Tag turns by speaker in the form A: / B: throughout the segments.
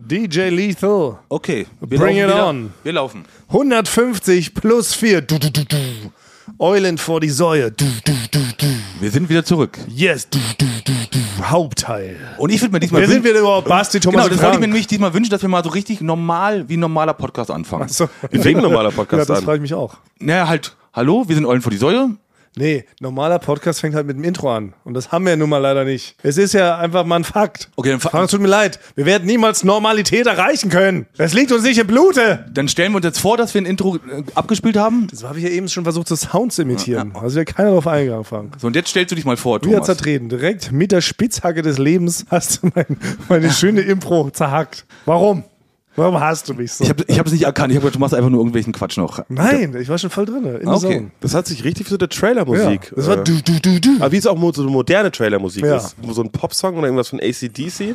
A: DJ Lethal.
B: Okay.
A: Bring it
B: wieder.
A: on.
B: Wir laufen.
A: 150 plus 4. Du, du, du, du. Eulen vor die Säue. Du, du, du, du.
B: Wir sind wieder zurück.
A: Yes. Du, du, du, du. Hauptteil.
B: Und ich würde mir diesmal
A: Wer sind
B: wünschen-
A: wir denn überhaupt? Basti, Thomas
B: Genau,
A: und
B: das wollte ich
A: Frank.
B: mir nämlich diesmal wünschen, dass wir mal so richtig normal wie ein normaler Podcast anfangen.
A: So.
C: Wir fingen ein normaler
A: Ja,
C: Podcast
A: das
C: an.
A: frage ich mich auch.
B: Naja, halt, hallo, wir sind Eulen vor die Säule.
A: Nee, normaler Podcast fängt halt mit dem Intro an. Und das haben wir nun mal leider nicht. Es ist ja einfach mal ein Fakt.
B: Okay, dann fa-
A: Frank, es tut mir leid. Wir werden niemals Normalität erreichen können. Das liegt uns nicht im Blute.
B: Dann stellen wir uns jetzt vor, dass wir ein Intro äh, abgespielt haben.
A: Das habe ich ja eben schon versucht, so Sounds zu imitieren. Also ja keiner drauf eingegangen, Frank.
B: So, und jetzt stellst du dich mal vor,
A: Wieder
B: Thomas.
A: zertreten. Direkt mit der Spitzhacke des Lebens hast du mein, meine schöne Impro zerhackt. Warum? Warum hast du mich so?
B: Ich habe ich es nicht erkannt. Ich habe gedacht, du machst einfach nur irgendwelchen Quatsch noch.
A: Nein, ich war schon voll drin. In der
B: Okay.
A: Zone.
C: Das hat sich richtig für so eine
A: Ja,
C: Trailermusik.
A: das war
C: äh,
A: du, du, du, du.
C: Aber wie es auch mo- so eine moderne Trailermusik
A: Ja.
C: ist. So ein Popsong oder irgendwas von ACDC. Ja.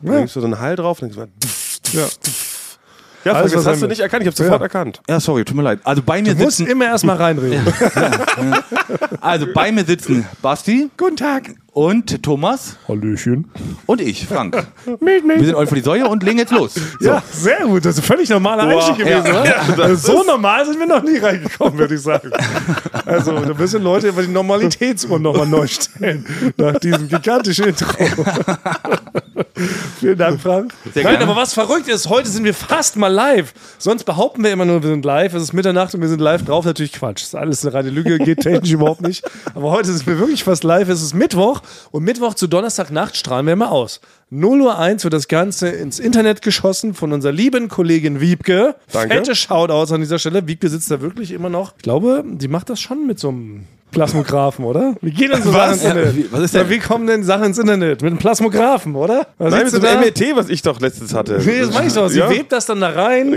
C: Dann gibst du so einen Hall drauf und dann gibt's
A: Ja.
C: mal, ja,
A: Alles,
C: Frank,
A: was
C: das hast
A: sein
C: du
A: will.
C: nicht erkannt. Ich habe sofort
A: Ja.
C: erkannt.
B: Ja, sorry, tut mir leid. Also bei mir
A: Du musst
B: sitzen,
A: immer erstmal reinreden.
B: also bei mir sitzen Basti
A: Guten Tag.
B: und Thomas
A: Hallöchen.
B: und ich, Frank. Wir sind Eulen vor die Säule und legen jetzt los. So.
A: Ja, sehr gut. Das ist ein völlig normaler Einstieg gewesen.
B: Ja.
A: oder? also so normal sind wir noch nie reingekommen, würde ich sagen. Also, da müssen Leute über die Normalitätsuhr nochmal neu stellen. Nach diesem gigantischen Intro. Vielen Dank, Frank.
B: Sehr
A: Nein,
B: gerne.
A: aber was verrückt ist, heute sind wir fast mal live. Sonst behaupten wir immer nur, wir sind live. Es ist Mitternacht und wir sind live drauf. Natürlich Quatsch. Das ist alles eine reine Lüge, geht technisch überhaupt nicht. Aber heute sind wir wirklich fast live. Es ist Mittwoch und Mittwoch zu Donnerstagnacht strahlen wir immer aus. 0 Uhr 1 wird das Ganze ins Internet geschossen von unserer lieben Kollegin Wiebke.
C: Danke.
A: Fette Shoutouts an dieser Stelle. Wiebke sitzt da wirklich immer noch. Ich glaube, die macht das schon mit so einem Plasmographen, oder? Wie geht denn so
B: Was?
A: Sachen ins
B: Ja, wie-
A: Internet?
B: was ist denn?
A: Na, wie kommen denn Sachen ins Internet? Mit einem Plasmographen, oder? Da
C: Nein, mit
A: sitzt
C: so
A: du
C: einem
A: da-
C: MET, was ich doch letztens hatte.
A: Nee, das meine ich doch. Sie
C: Ja?
A: webt das dann da rein,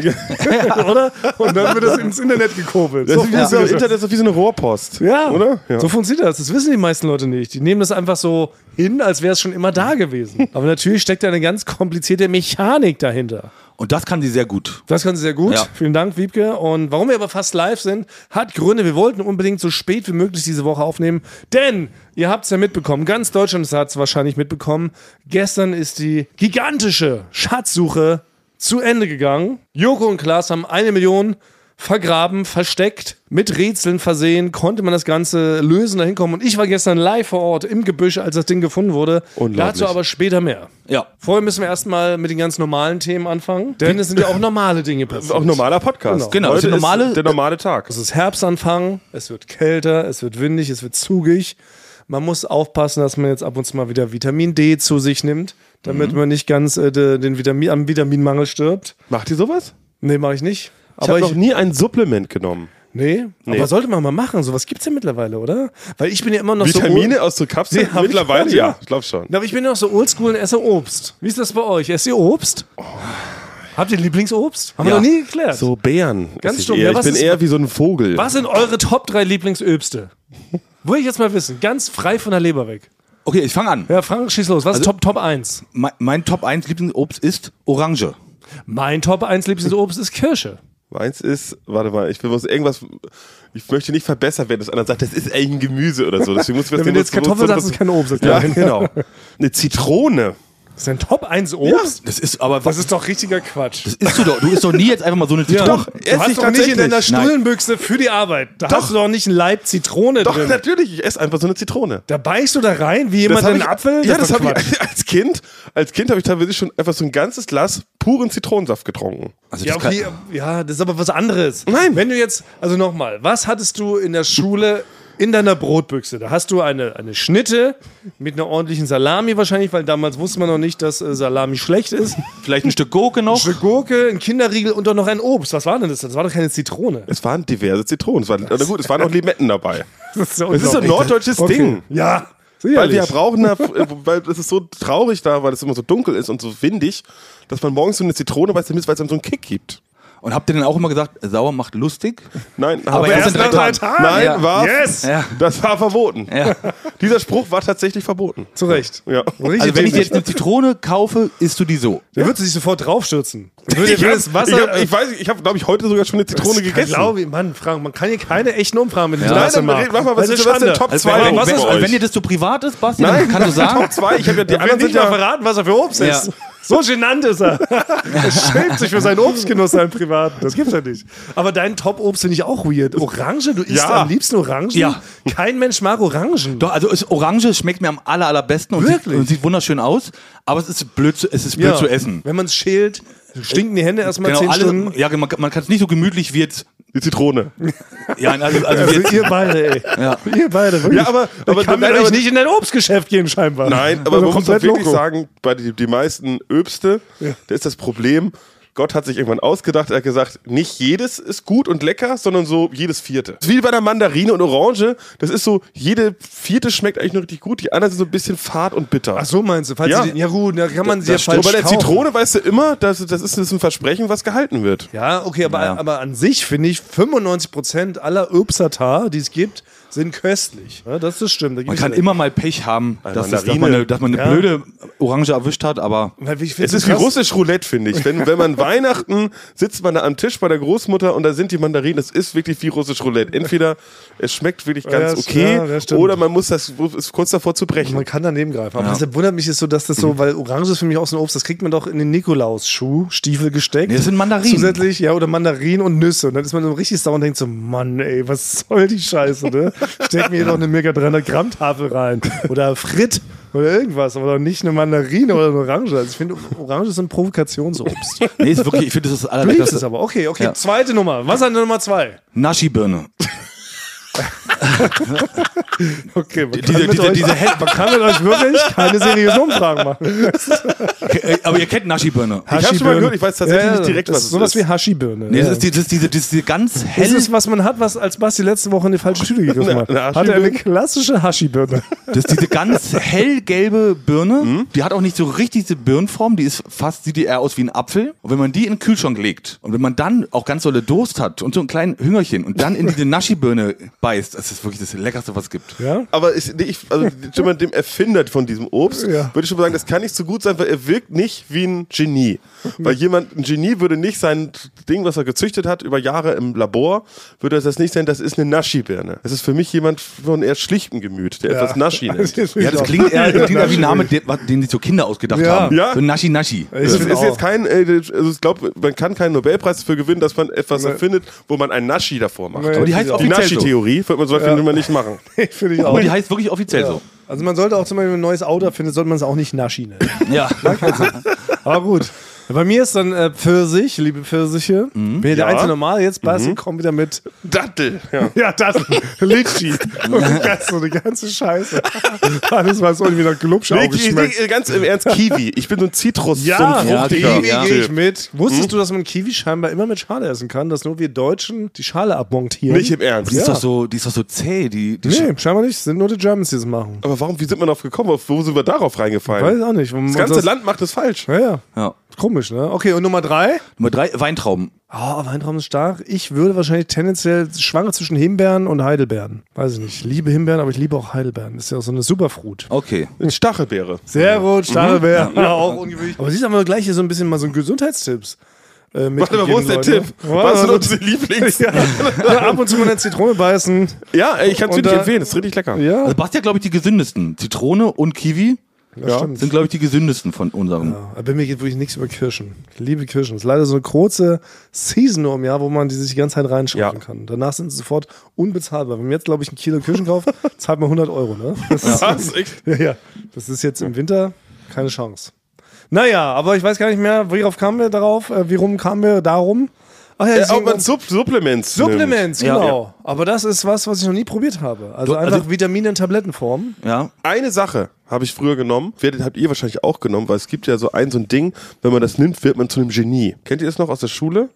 A: oder? Und dann wird das ins Internet gekurbelt.
C: Das ist wie so im
A: funktioniert das.
C: Internet so wie so eine Rohrpost.
A: Ja,
C: Oder? Ja.
A: so funktioniert das. Das wissen die meisten Leute nicht. Die nehmen das einfach so hin, als wäre es schon immer da gewesen. Aber natürlich steckt da eine ganz komplizierte Mechanik dahinter.
B: Und das kann sie sehr gut.
A: Das kann sie sehr gut.
B: Ja.
A: Vielen Dank, Wiebke. Und warum wir aber fast live sind, hat Gründe. Wir wollten unbedingt so spät wie möglich diese Woche aufnehmen. Denn, ihr habt es ja mitbekommen, ganz Deutschland hat es wahrscheinlich mitbekommen, gestern ist die gigantische Schatzsuche zu Ende gegangen. Joko und Klaas haben eine Million vergraben, versteckt, mit Rätseln versehen, konnte man das Ganze lösen, dahin kommen. Und ich war gestern live vor Ort im Gebüsch, als das Ding gefunden wurde.
C: Unglaublich.
A: Dazu aber später mehr.
B: Ja.
A: Vorher müssen wir erstmal mit den ganz normalen Themen anfangen, denn es sind ja auch normale Dinge passiert.
C: Auch ein normaler Podcast.
B: Genau,
C: Heute
B: das ist eine normale-
C: der normale Tag.
A: Es ist Herbstanfang, es wird kälter, es wird windig, es wird zugig. Man muss aufpassen, dass man jetzt ab und zu mal wieder Vitamin D zu sich nimmt, damit
C: Mhm.
A: man nicht ganz äh, de- den Vitamin, am Vitaminmangel stirbt.
C: Macht ihr sowas?
A: Nee, mache ich nicht.
C: Ich
A: Aber
C: habe
A: ich,
C: noch nie ein Supplement genommen.
A: nee, aber sollte man mal machen. So was gibt's ja mittlerweile, oder? Weil ich bin ja immer noch
C: Vitamine
A: so.
C: aus so Kapseln?
A: Nee, hab ich
C: Mittlerweile,
A: gehört,
C: ja.
A: ja.
C: Ich glaube schon.
A: Na, Aber ich bin ja noch so oldschool und esse Obst. Wie ist das bei euch? Esst ihr Obst? Habt ihr Lieblingsobst? Haben
B: Ja.
A: wir noch nie geklärt.
C: Oh. So Bären.
A: Ganz
C: esse ich
A: stumm,
C: eher.
A: ja,
C: ich
A: was
C: bin
A: ist-
C: eher wie so ein Vogel.
A: Was sind eure Top 3 Lieblingsöbste? Will ich jetzt mal wissen, ganz frei von der Leber weg.
B: Okay, ich fange an.
A: Ja, Frank, schieß los. Was
C: Also-
A: ist Top, Top 1?
B: Mein, mein Top 1 Lieblingsobst ist Orange.
A: Mein Top 1 Lieblingsobst ist Kirsche.
C: Meins ist, warte mal, ich muss irgendwas, ich möchte nicht verbessert werden, dass einer sagt, das ist eigentlich ein Gemüse oder so. Deswegen muss ich das
A: Wenn du jetzt Kartoffeln sagst, ist kein Obst. ist
C: Ja,
A: klar.
C: genau. Eine Zitrone.
A: Das ist ein Top 1 Obst?
B: Das ist aber
A: Das ist doch richtiger Quatsch.
B: isst du doch. Du isst doch nie jetzt einfach mal so eine Zitrone.
C: Doch,
A: Du
C: esse ich
A: hast doch nicht in
C: tatsächlich.
A: deiner
C: Nein.
A: Stullenbüchse für die Arbeit. Da hast du doch nicht ein Leib Zitrone
C: Doch,
A: drin.
C: natürlich, ich esse einfach so eine Zitrone.
A: Da beißt du da rein, wie
C: Das
A: jemand
C: hab
A: einen
C: ich-
A: Apfel?
C: Ja,
A: ist
C: das
A: doch
C: habe
A: Quatsch.
C: ich als Kind, als Kind habe ich teilweise schon einfach so ein ganzes Glas puren Zitronensaft getrunken.
B: Also
A: Ja,
B: das kann-
A: okay, ja, das ist aber was anderes.
C: Nein.
A: Wenn du jetzt, also nochmal, was hattest du in der Schule in deiner Brotbüchse? Da hast du eine, eine Schnitte mit einer ordentlichen Salami wahrscheinlich, weil damals wusste man noch nicht, dass äh, Salami schlecht ist.
B: Vielleicht ein Stück Gurke noch.
A: Eine Gurke, ein Kinderriegel und doch noch ein Obst. Was war denn das? Das war doch keine Zitrone.
C: Es waren diverse Zitronen. Es waren, na gut, es waren auch Limetten dabei.
A: Das ist,
C: Es ist so ein norddeutsches Ding.
A: Ja,
C: Weil wir
A: sicherlich.
C: brauchen da, äh, weil es ist so traurig da, weil es immer so dunkel ist und so windig, dass man morgens so eine Zitrone beißt, damit es einem so einen Kick gibt.
B: Und habt ihr denn auch immer gesagt, sauer macht lustig?
C: Nein,
B: Aber erst in drei
A: Tagen.
C: Nein,
B: Ja.
C: war,
A: Yes!
B: Ja.
C: das war verboten.
B: Ja. Also
C: Dieser Spruch war tatsächlich verboten.
A: Zu Recht.
C: Ja.
A: Richtig
B: Also wenn ich
A: dämlich.
B: jetzt eine Zitrone kaufe, isst du die so.
A: Der würde sich sofort draufstürzen. Würde
C: Ich,
A: das
C: hab, ich,
A: Wasser-
C: hab, ich weiß, nicht, ich habe, glaube ich, heute sogar schon eine Zitrone gegessen.
A: Glaube, ich- Mann, Frank, man kann hier keine echten Umfragen mit dem
C: Nein,
A: Wasser
C: dann
A: machen.
C: red- mach mal, was
A: Das
C: ist was denn
A: Schande.
C: Top
B: Also
C: Zwei
B: wenn,
C: Obst
B: wenn,
C: bei
B: wenn,
C: euch.
B: dir das so privat ist, Basti, dann kannst du sagen.
C: Top 2, ich habe ja die
A: Die
C: anderen sind ja
A: verraten, was er für Obst
B: Ja.
A: ist. So genannt ist er. er schämt sich für seinen Obstgenuss, seinen privaten. Das gibt's ja nicht. Aber dein Top-Obst finde ich auch weird. Orange? Du isst
C: Ja.
A: am liebsten Orangen?
B: Ja.
A: Kein Mensch mag Orangen.
B: Doch, also ist Orange schmeckt mir am aller, allerbesten und sieht,
A: Wirklich?
B: und sieht wunderschön aus, aber es ist blöd zu, es ist blöd
A: Ja.
B: zu essen.
A: Wenn man es schält, stinken die Hände erstmal
C: Genau,
A: zehn
B: alles,
A: Stunden.
B: ja, man, man kann es nicht so gemütlich wie jetzt.
C: Die Zitrone.
B: Ja, also, also
A: Also
B: jetzt,
A: ihr beide, ey.
B: Ja.
A: Ihr beide. Wirklich.
C: Ja, aber- aber-
A: ich kann
C: nein,
A: mit euch
C: aber-
A: nicht in dein Obstgeschäft gehen, scheinbar.
C: Nein,
A: Also
C: aber man muss auch
A: komplett
C: wirklich
A: loco.
C: sagen, bei die, die meisten Öbste, da ist das Problem, Gott hat sich irgendwann ausgedacht, er hat gesagt, nicht jedes ist gut und lecker, sondern so jedes vierte. Wie bei der Mandarine und Orange, das ist so, jede vierte schmeckt eigentlich nur richtig gut, die anderen sind so ein bisschen fad und bitter.
A: Ach so meinst du? Falls
C: Ja.
A: ja. Den, ja gut, da kann man sie ja
C: Das stimmt.
A: falsch
C: Aber bei der
A: kaufen.
C: Zitrone weißt du immer, das, das ist das ist ein Versprechen, was gehalten wird.
A: Ja, okay, aber,
B: Naja.
A: aber an sich finde ich 95% aller Obstatar, die es gibt, sind köstlich. Ja, das ist stimmt. Da
B: man
A: gibt's
B: kann
A: ja-
B: immer mal Pech haben, dass, es, dass
C: Mandarine.
B: man eine, dass man eine
A: Ja.
B: blöde Orange erwischt hat, aber
A: Weil ich find's
C: Es ist
A: so
C: wie
A: krass.
C: russisch Roulette, finde ich. Wenn, wenn man Weihnachten sitzt man da am Tisch bei der Großmutter und da sind die Mandarinen. Es ist wirklich wie russisch Roulette. Entweder es schmeckt wirklich
A: Ja,
C: ganz
A: ist
C: okay
A: klar, das stimmt.
C: oder man muss das ist kurz davor zu brechen.
A: Man kann daneben greifen. Aber was wundert mich ist so, dass das
B: Mhm.
A: so, weil Orange ist für mich auch so ein Obst, das kriegt man doch in den Nikolaus-Schuh, Stiefel gesteckt.
B: Nee, das sind Mandarinen.
A: Zusätzlich, ja, oder Mandarinen und Nüsse. Und dann ist man so richtig sauer und denkt so, Mann, ey, was soll die Scheiße, ne? Steck mir hier doch eine Mega 300 Gramm Tafel rein. Oder Fritt oder irgendwas, aber doch nicht eine Mandarine oder eine Orange. Also ich finde, Orange ist ein Provokationsobst.
B: nee, ist wirklich, ich finde, das
A: Du liebst
B: ist das
A: es
B: allerleckerste.
A: aber. Okay, okay.
B: Ja.
A: Zweite Nummer. Was an der Nummer zwei?
B: Naschi-Birne.
A: Okay, man
B: diese- diese- diese Hel-
A: man kann mit euch wirklich keine seriösen Umfragen machen.
B: Äh, Aber ihr kennt Naschi-Birne.
C: hab's schon mal
A: Haschibirne.
C: gehört, ich weiß tatsächlich nicht direkt,
A: das
C: was
A: ist.
C: es
A: Sowas
C: ist.
A: wie Haschibirne.
B: Nee,
A: ja.
B: das ist, die, das ist diese, das ist diese ganz
A: das
B: helle,
A: ist, was man hat, was als Basti letzte Woche in die falsche Tüte gegriffen hat.
C: eine
A: Hat er eine klassische Haschibirne.
B: das ist diese ganz hellgelbe Birne.
A: Mhm.
B: Die hat auch nicht so richtig diese Birnenform. Die ist fast, sieht die eher aus wie ein Apfel. Und wenn man die in den Kühlschrank legt und wenn man dann auch ganz dolle Durst hat und so einen kleinen Hüngerchen und dann in diese Naschi-Birne beißt, das ist wirklich das Leckerste, was es gibt.
A: Ja?
C: Aber ist, nee, ich, also, schon mal dem Erfinder von diesem Obst
A: Ja.
C: würde ich schon mal sagen, das kann nicht so gut sein, weil er wirkt nicht wie ein Genie. Weil jemand, ein Genie würde nicht sein Ding, was er gezüchtet hat, über Jahre im Labor, würde das nicht sein, das ist eine Naschi-Birne. Das ist für mich jemand von eher schlichtem Gemüt, der etwas Naschi nennt.
B: Ja, das klingt eher, das klingt eher wie ein Name, den, was- den sich so Kinder ausgedacht
A: Ja.
B: haben.
C: Ja.
B: So Nashi Nashi.
A: Ich
C: Das
A: find
C: ist
A: auch.
C: jetzt kein, äh, also ich glaube, man kann keinen Nobelpreis dafür gewinnen, dass man etwas erfindet, wo man einen Naschi davor macht.
A: Nee.
B: Aber die heißt
C: Die
B: offiziell so.
C: Naschi-Theorie wird man zum Beispiel immer nicht machen.
A: Finde ich auch.
B: Aber die heißt wirklich offiziell so.
A: Also man sollte auch zum Beispiel, wenn man ein neues Auto findet, sollte man es auch nicht Naschi nennen.
B: Ja.
A: Also, Aber gut. Bei mir ist dann äh, Pfirsich, liebe Pfirsiche. Bin ja der
C: Ja. Mhm.
A: einzige Normal. Jetzt Basti, komm wieder mit
C: Dattel. Ja.
A: Ja, das. Litschi. Und die ganze, so die ganze Scheiße. Alles, was irgendwie nach Glubschau
C: Nee, ich,
A: geschmeckt.
C: ich, ganz im Ernst, Kiwi. Ich bin so ein Zitrus, so ein
B: ja,
C: fruchtiger
B: Kiwi
C: Typ.
A: gehe ich mit. Wusstest
C: Hm?
A: du, dass man Kiwi scheinbar immer mit Schale essen kann? Dass nur wir Deutschen die Schale abmontieren?
C: Nicht im Ernst.
B: Die ist
A: Ja.
B: doch so, die ist doch so zäh, die, die
A: Nee, scheinbar nicht. Sind nur die Germans, die das machen.
C: Aber warum, wie sind wir darauf gekommen? Auf- Wo sind wir darauf reingefallen?
A: Weiß auch nicht.
C: das ganze Land macht es falsch.
A: Ja, ja.
B: Ja.
A: Komisch, ne? Okay, und Nummer drei?
B: Nummer drei, Weintrauben.
A: Ah, Weintrauben ist stark. Ich würde wahrscheinlich tendenziell schwanger zwischen Himbeeren und Heidelbeeren. Weiß ich nicht. Ich liebe Himbeeren, aber ich liebe auch Heidelbeeren. Ist ja auch so eine Superfruit.
B: Okay.
C: Eine Stachelbeere.
A: Sehr gut, Stachelbeer. Ja, auch ungewöhnlich. Aber siehst du, haben wir gleich hier so ein bisschen mal so einen Gesundheitstipps. Äh,
C: Warte mal, wo ist der Tipp? Was
A: Was
C: sind unsere Lieblings?
A: ne? ja. ja, ab und zu mal eine Zitrone beißen.
C: Ja, ey, ich kann es
A: Und,
C: wirklich
A: äh,
C: empfehlen. Das ist richtig lecker.
A: Ja,
B: Also Basti hat, glaube ich, die gesündesten. Zitrone und Kiwi
A: ja. stimmt.
B: sind, glaube ich, die gesündesten von unseren.
A: Aber Bei mir geht wirklich nichts über Kirschen. Ich liebe Kirschen. Es ist leider so eine kurze Season nur im Jahr, wo man die sich die ganze Zeit reinschaufeln
C: Ja.
A: kann. Danach sind sie sofort unbezahlbar. Wenn man jetzt, glaube ich, ein Kilo Kirschen kauft, zahlt man 100 Euro. Ne? Das ist
C: Das ist echt-
A: Ja, ja. Das ist jetzt im Winter keine Chance. Naja, aber ich weiß gar nicht mehr, worauf kamen wir darauf? Äh, wie rum kamen wir darum? Ach ja,
C: Äh,
A: deswegen-
C: Auch man Supp Supplements. nimmt.
A: Supplements,
B: Ja.
A: genau. Aber das ist was, was ich noch nie probiert habe. Also
B: Du- also-
A: einfach Vitamine in Tablettenform.
B: Ja.
C: Eine Sache habe ich früher genommen, werdet, habt ihr wahrscheinlich auch genommen, weil es gibt ja so ein, so ein Ding, wenn man das nimmt, wird man zu einem Genie. Kennt ihr das noch aus der Schule?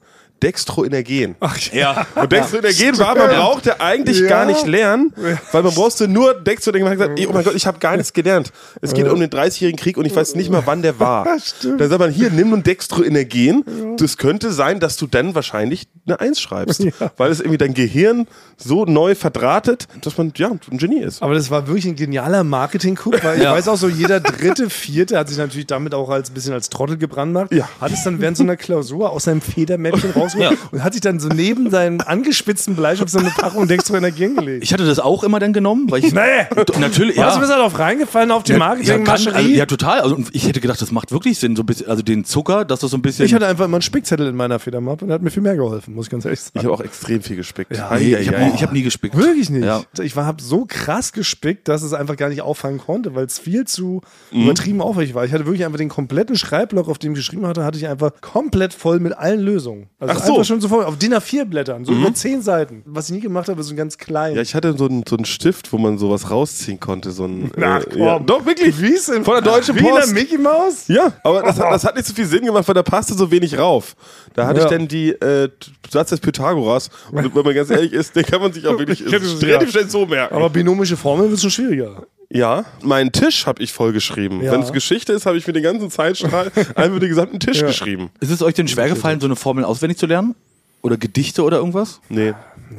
C: Dextroenergen.
A: Ach
B: Ja.
C: Und Dextroenergen war, man brauchte eigentlich
A: Ja.
C: gar nicht lernen, weil man brauchte nur Dextroenergen. Man hat gesagt, ey, oh mein Gott, ich habe gar nichts gelernt. Es geht um den 30-jährigen Krieg und ich weiß nicht mal, wann der war. Dann sagt man, hier, nimm nun Dextroenergen. Das könnte sein, dass du dann wahrscheinlich eine Eins schreibst. Weil es irgendwie dein Gehirn so neu verdrahtet, dass man ja ein Genie ist.
A: Aber das war wirklich ein genialer Marketing-Coup, weil ich weiß auch so, jeder dritte, vierte hat sich natürlich damit auch als bisschen als Trottel gebrandmarkt,
C: Ja.
A: hat es dann während so einer Klausur aus seinem Federmäppchen rausgeholt und hat sich dann so neben seinen angespitzten Bleistift so eine Packung Dextro Energie gelegt.
B: Ich hatte das auch immer dann genommen, weil ich.
A: Nee!
B: D- Natürlich,
A: Ja.
B: ja.
A: Was bist du darauf reingefallen auf die
B: kann, also,
A: Marketingmascherie?
B: ja, total. Also, ich hätte gedacht, das macht wirklich Sinn, so ein bisschen, also den Zucker, dass das so ein bisschen.
A: ich hatte einfach immer einen Spickzettel in meiner Federmappe und hat mir viel mehr geholfen, muss ich ganz ehrlich sagen.
C: Ich habe auch extrem viel gespickt. Ja,
B: nee, ich habe nie, ich hab nie gespickt.
A: Wirklich nicht.
B: Ja.
A: Ich war hab so krass gespickt, dass es einfach gar nicht auffangen konnte, weil es viel zu
C: Mhm.
A: übertrieben aufwendig war. Ich hatte wirklich einfach den kompletten Schreibblock, auf dem ich geschrieben hatte, hatte ich einfach komplett voll mit allen Lösungen. Also
C: Ach so. Mhm.
A: einfach schon so voll auf DIN A4 Blättern, so über zehn Seiten. Was ich nie gemacht habe, ist so ganz klein.
C: Ja, ich hatte so einen, so einen Stift, wo man sowas rausziehen konnte. So einen,
A: Na,
C: äh,
A: komm.
C: ja, doch, wirklich.
A: Wie ist denn
C: Von der Deutschen
A: Wie in der
C: Post.
A: Mickey Mouse?
C: Ja, aber das, das hat nicht so viel Sinn gemacht, weil da passte so wenig rauf. Da hatte
A: Ja.
C: ich dann die äh, Satz des Pythagoras. Und wenn man ganz ehrlich ist, den kann man sich auch wirklich
A: Ich hätte es-
C: relativ
A: ja.
C: schnell so merken.
A: Aber binomische Formeln wird schon schwieriger.
C: ja, meinen Tisch habe ich vollgeschrieben.
A: Ja.
C: Wenn es Geschichte ist, habe ich mir den ganzen Zeitstrahl einfach den gesamten Tisch
A: Ja.
C: geschrieben.
B: Ist es euch denn schwer gefallen, so eine Formel auswendig zu lernen? Oder Gedichte oder irgendwas?
C: Nee,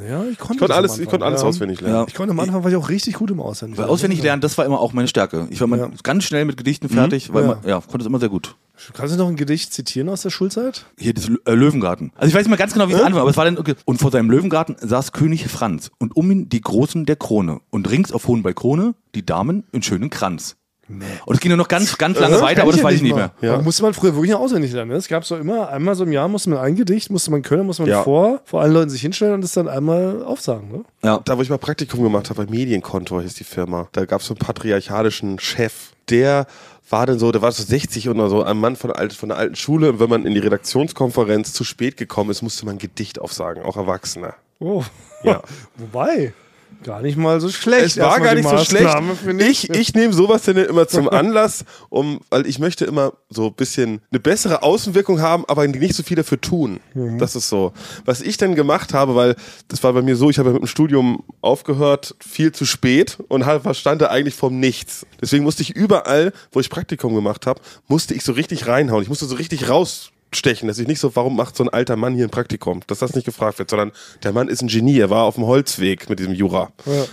A: Ja, ich konnte,
C: ich konnte
A: das am
C: alles, ich
A: Anfang,
C: konnte alles
A: ja.
C: auswendig lernen.
B: Ja.
A: Ich konnte am Anfang, war ich auch richtig gut im Auswendig.
B: Weil auswendig lernen, das war immer auch meine Stärke. Ich war mal
A: Ja.
B: ganz schnell mit Gedichten fertig, weil man, ja, konnte es immer sehr gut.
A: Kannst du noch ein Gedicht zitieren aus der Schulzeit?
B: Hier das Lö- äh, Löwengarten. Also ich weiß nicht mehr ganz genau, wie es anfing, aber es war dann okay. Und vor seinem Löwengarten saß König Franz und um ihn die Großen der Krone und rings auf hohen Balkone die Damen in schönen Kranz. Und es ging nur noch ganz, ganz lange weiter, aber das weiß ich nicht mehr.
A: Ja. Musste man früher wirklich noch auswendig lernen. ne? Es gab so immer, einmal so im Jahr musste man ein Gedicht, musste man können, musste man
C: Ja.
A: vor, vor allen Leuten sich hinstellen und es dann einmal aufsagen. Ne?
B: Ja.
C: da wo ich mal Praktikum gemacht habe, bei Medienkontor hieß die Firma, da gab es so einen patriarchalischen Chef, der war dann so, der war so 60 oder so, ein Mann von, alt, von der alten Schule. Und wenn man in die Redaktionskonferenz zu spät gekommen ist, musste man ein Gedicht aufsagen, auch Erwachsene.
A: Oh.
C: Ja.
A: Wobei, gar nicht mal so schlecht.
C: Es war
A: Erstmal
C: gar
A: die
C: nicht so schlecht.
A: Maßnahme, finde
C: Ich, ich nehme sowas denn immer zum Anlass, um, weil ich möchte immer so ein bisschen eine bessere Außenwirkung haben, aber nicht so viel dafür tun.
A: Mhm.
C: Das ist so. Was ich dann gemacht habe, weil das war bei mir so, ich habe ja mit dem Studium aufgehört, viel zu spät und hab- stand da eigentlich vom Nichts. Deswegen musste ich überall, wo ich Praktikum gemacht habe, musste ich so richtig reinhauen. Ich musste so richtig rausstechen, dass ich nicht so, warum macht so ein alter Mann hier ein Praktikum, dass das nicht gefragt wird, sondern der Mann ist ein Genie, er war auf dem Holzweg mit diesem Jura.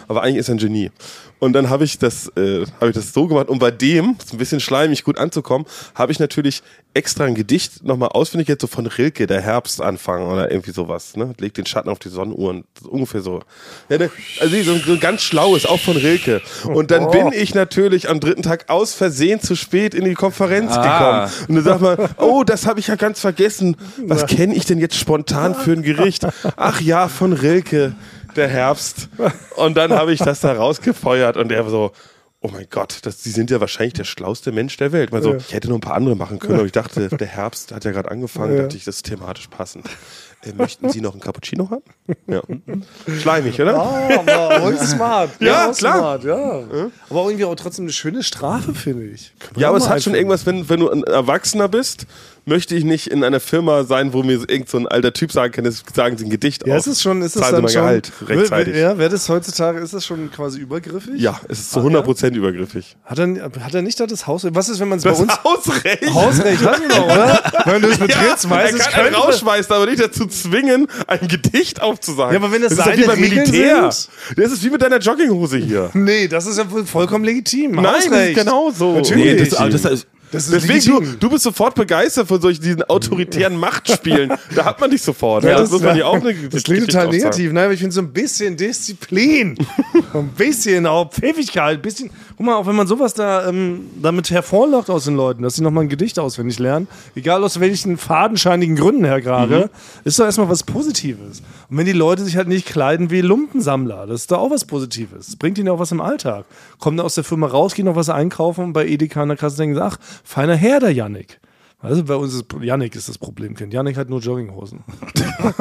C: Aber eigentlich ist er ein Genie. Und dann habe ich das, äh, habe ich das so gemacht, um bei dem, so ein bisschen schleimig gut anzukommen, habe ich natürlich extra ein Gedicht nochmal ausfindig, jetzt so von Rilke, der Herbstanfang oder irgendwie sowas, ne? Legt den Schatten auf die Sonnenuhren, Das ist ungefähr so. Ja, ne? Also so ein, so ein ganz schlaues, auch von Rilke. Und dann bin ich natürlich am dritten Tag aus Versehen zu spät in die Konferenz
B: Ah.
C: gekommen. Und dann sagt man, oh, das habe ich ja ganz vergessen. Was kenne ich denn jetzt spontan für ein Gericht? Ach ja, von Rilke, der Herbst. Und dann habe ich das da rausgefeuert und er so, oh mein Gott, das, Sie sind ja wahrscheinlich der schlauste Mensch der Welt. Man so, ich hätte nur ein paar andere machen können, aber ich dachte, der Herbst hat ja gerade angefangen, dachte ich, das ist thematisch passend. Äh, möchten Sie noch einen Cappuccino haben? Ja. Schleimig, oder?
A: Ah, aber auch smart.
C: Ja,
A: auch
C: klar.
A: Smart, ja. Aber irgendwie auch trotzdem eine schöne Strafe, finde ich. Können wir
C: Ja, aber
A: auch
C: es
A: mal
C: hat schon
A: einführen.
C: irgendwas, wenn, wenn du ein Erwachsener bist, möchte ich nicht in einer Firma sein, wo mir irgend so ein alter Typ sagen kann, das sagen sie ein Gedicht
A: Ja,
C: auf.
A: es ist schon, es ist
C: Zahlen Sie
A: dann
C: mein
A: schon,
C: Gehalt rechtzeitig.
A: Ja, Ah, wäre das heutzutage, ist das schon quasi übergriffig?
C: Ja, es ist zu 100% übergriffig.
A: Hat er, hat er nicht da das Haus? Was ist, wenn man es bei uns
C: Hausrecht?
A: Hausrecht hast du doch, oder? Wenn du es betrittst,
C: ja,
A: weißt du,
C: er
A: es
C: kann einen
A: könnte...
C: rausschmeißen, aber nicht dazu zwingen, ein Gedicht aufzusagen.
A: Ja, aber wenn das
C: ist doch
A: seine
C: wie beim
A: Regeln
C: Militär.
A: sind.
C: Das ist wie mit deiner Jogginghose hier.
A: Nee, das ist ja wohl vollkommen legitim.
C: Nein, das ist
A: Hausrecht.
C: genau so.
A: Natürlich.
B: Nee, das, also das ist,
A: Das ist
C: Deswegen,
A: legitim.
C: du, du bist sofort begeistert von solchen diesen autoritären Machtspielen. Da hat man dich sofort.
A: Ja,
C: das, muss man ja auch eine
A: Das klingt
C: Geschichte
A: total
C: aufsagen.
A: negativ, ne? Aber ich finde so ein bisschen Disziplin, ein bisschen auch Pfiffigkeit, ein bisschen. Guck mal, auch wenn man sowas da ähm, damit hervorlockt aus den Leuten, dass sie nochmal ein Gedicht auswendig lernen, egal aus welchen fadenscheinigen Gründen her gerade,
C: Mhm.
A: ist doch erstmal was Positives. Und wenn die Leute sich halt nicht kleiden wie Lumpensammler, das ist doch auch was Positives. Das bringt ihnen auch was im Alltag. Kommen da aus der Firma raus, gehen noch was einkaufen und bei Edeka in der Kasse denken sie, ach, feiner Herr, der Yannick. Also bei uns ist Yannick ist das Problemkind. Yannick hat nur Jogginghosen.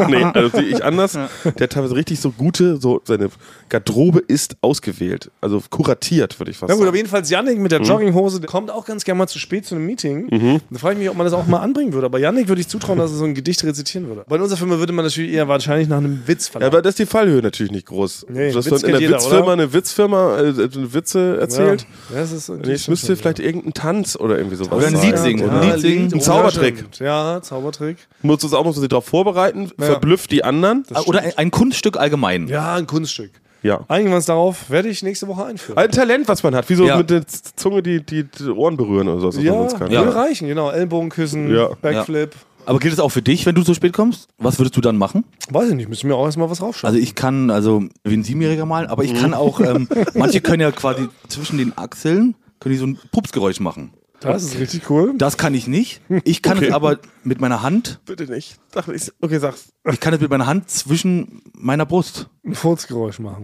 C: nee, also sehe ich anders. Der hat teilweise richtig so gute, so seine Garderobe ist ausgewählt. Also kuratiert, würde ich fast
A: Na gut, aber
C: sagen.
A: jedenfalls Yannick mit
C: Mhm.
A: der Jogginghose der kommt auch ganz gerne mal zu spät zu einem Meeting. Da frage ich mich, ob man das auch mal anbringen würde. Aber Yannick würde ich zutrauen, dass er so ein Gedicht rezitieren würde. Bei unserer Firma würde man natürlich eher wahrscheinlich nach einem Witz
C: Ja,
A: verlangen.
C: aber das ist die Fallhöhe natürlich nicht groß.
A: Nee,
C: Dass
A: Witz
C: man in
A: kennt
C: der
A: jeder,
C: Witzfirma
A: oder?
C: eine Witzfirma äh, äh, Witze erzählt.
A: Ja, das ist
C: Nee, es müsste vielleicht irgendein Tanz oder irgendwie sowas
B: Oder ein Lied
C: sein.
B: singen.
A: Ja,
B: Ein Lied singen.
C: Ein Zaubertrick.
A: stimmt. Ja, Zaubertrick.
C: Musst du auch musst du dich darauf vorbereiten, verblüfft die anderen.
B: Oder ein, ein Kunststück allgemein.
A: Ja, ein Kunststück.
C: Ja. Halt.
A: Einigen wir uns darauf, werde ich nächste Woche einführen.
C: Ein Talent, was man hat. Wie so
B: Ja.
C: mit der Z- Zunge die, die, die Ohren berühren oder so. was man sonst kann.
A: würde
B: Ja.
A: reichen, genau. Ellenbogen küssen,
C: Ja.
A: Backflip.
B: Aber gilt es auch für dich, wenn du zu spät kommst? Was würdest du dann machen?
A: Weiß ich nicht, müssen wir auch erstmal was raufschreiben.
B: Also ich kann, also wie ein Siebenjähriger malen, aber
C: Mhm.
B: ich kann auch, ähm, manche können ja quasi zwischen den Achseln, können die so ein Pupsgeräusch machen.
C: Also,
A: das ist richtig cool.
B: Das kann ich nicht. Ich kann es aber mit meiner Hand,
C: Bitte nicht. Sag nicht. Okay, sag's.
B: ich kann es mit meiner Hand zwischen meiner Brust.
A: Ein Furzgeräusch machen.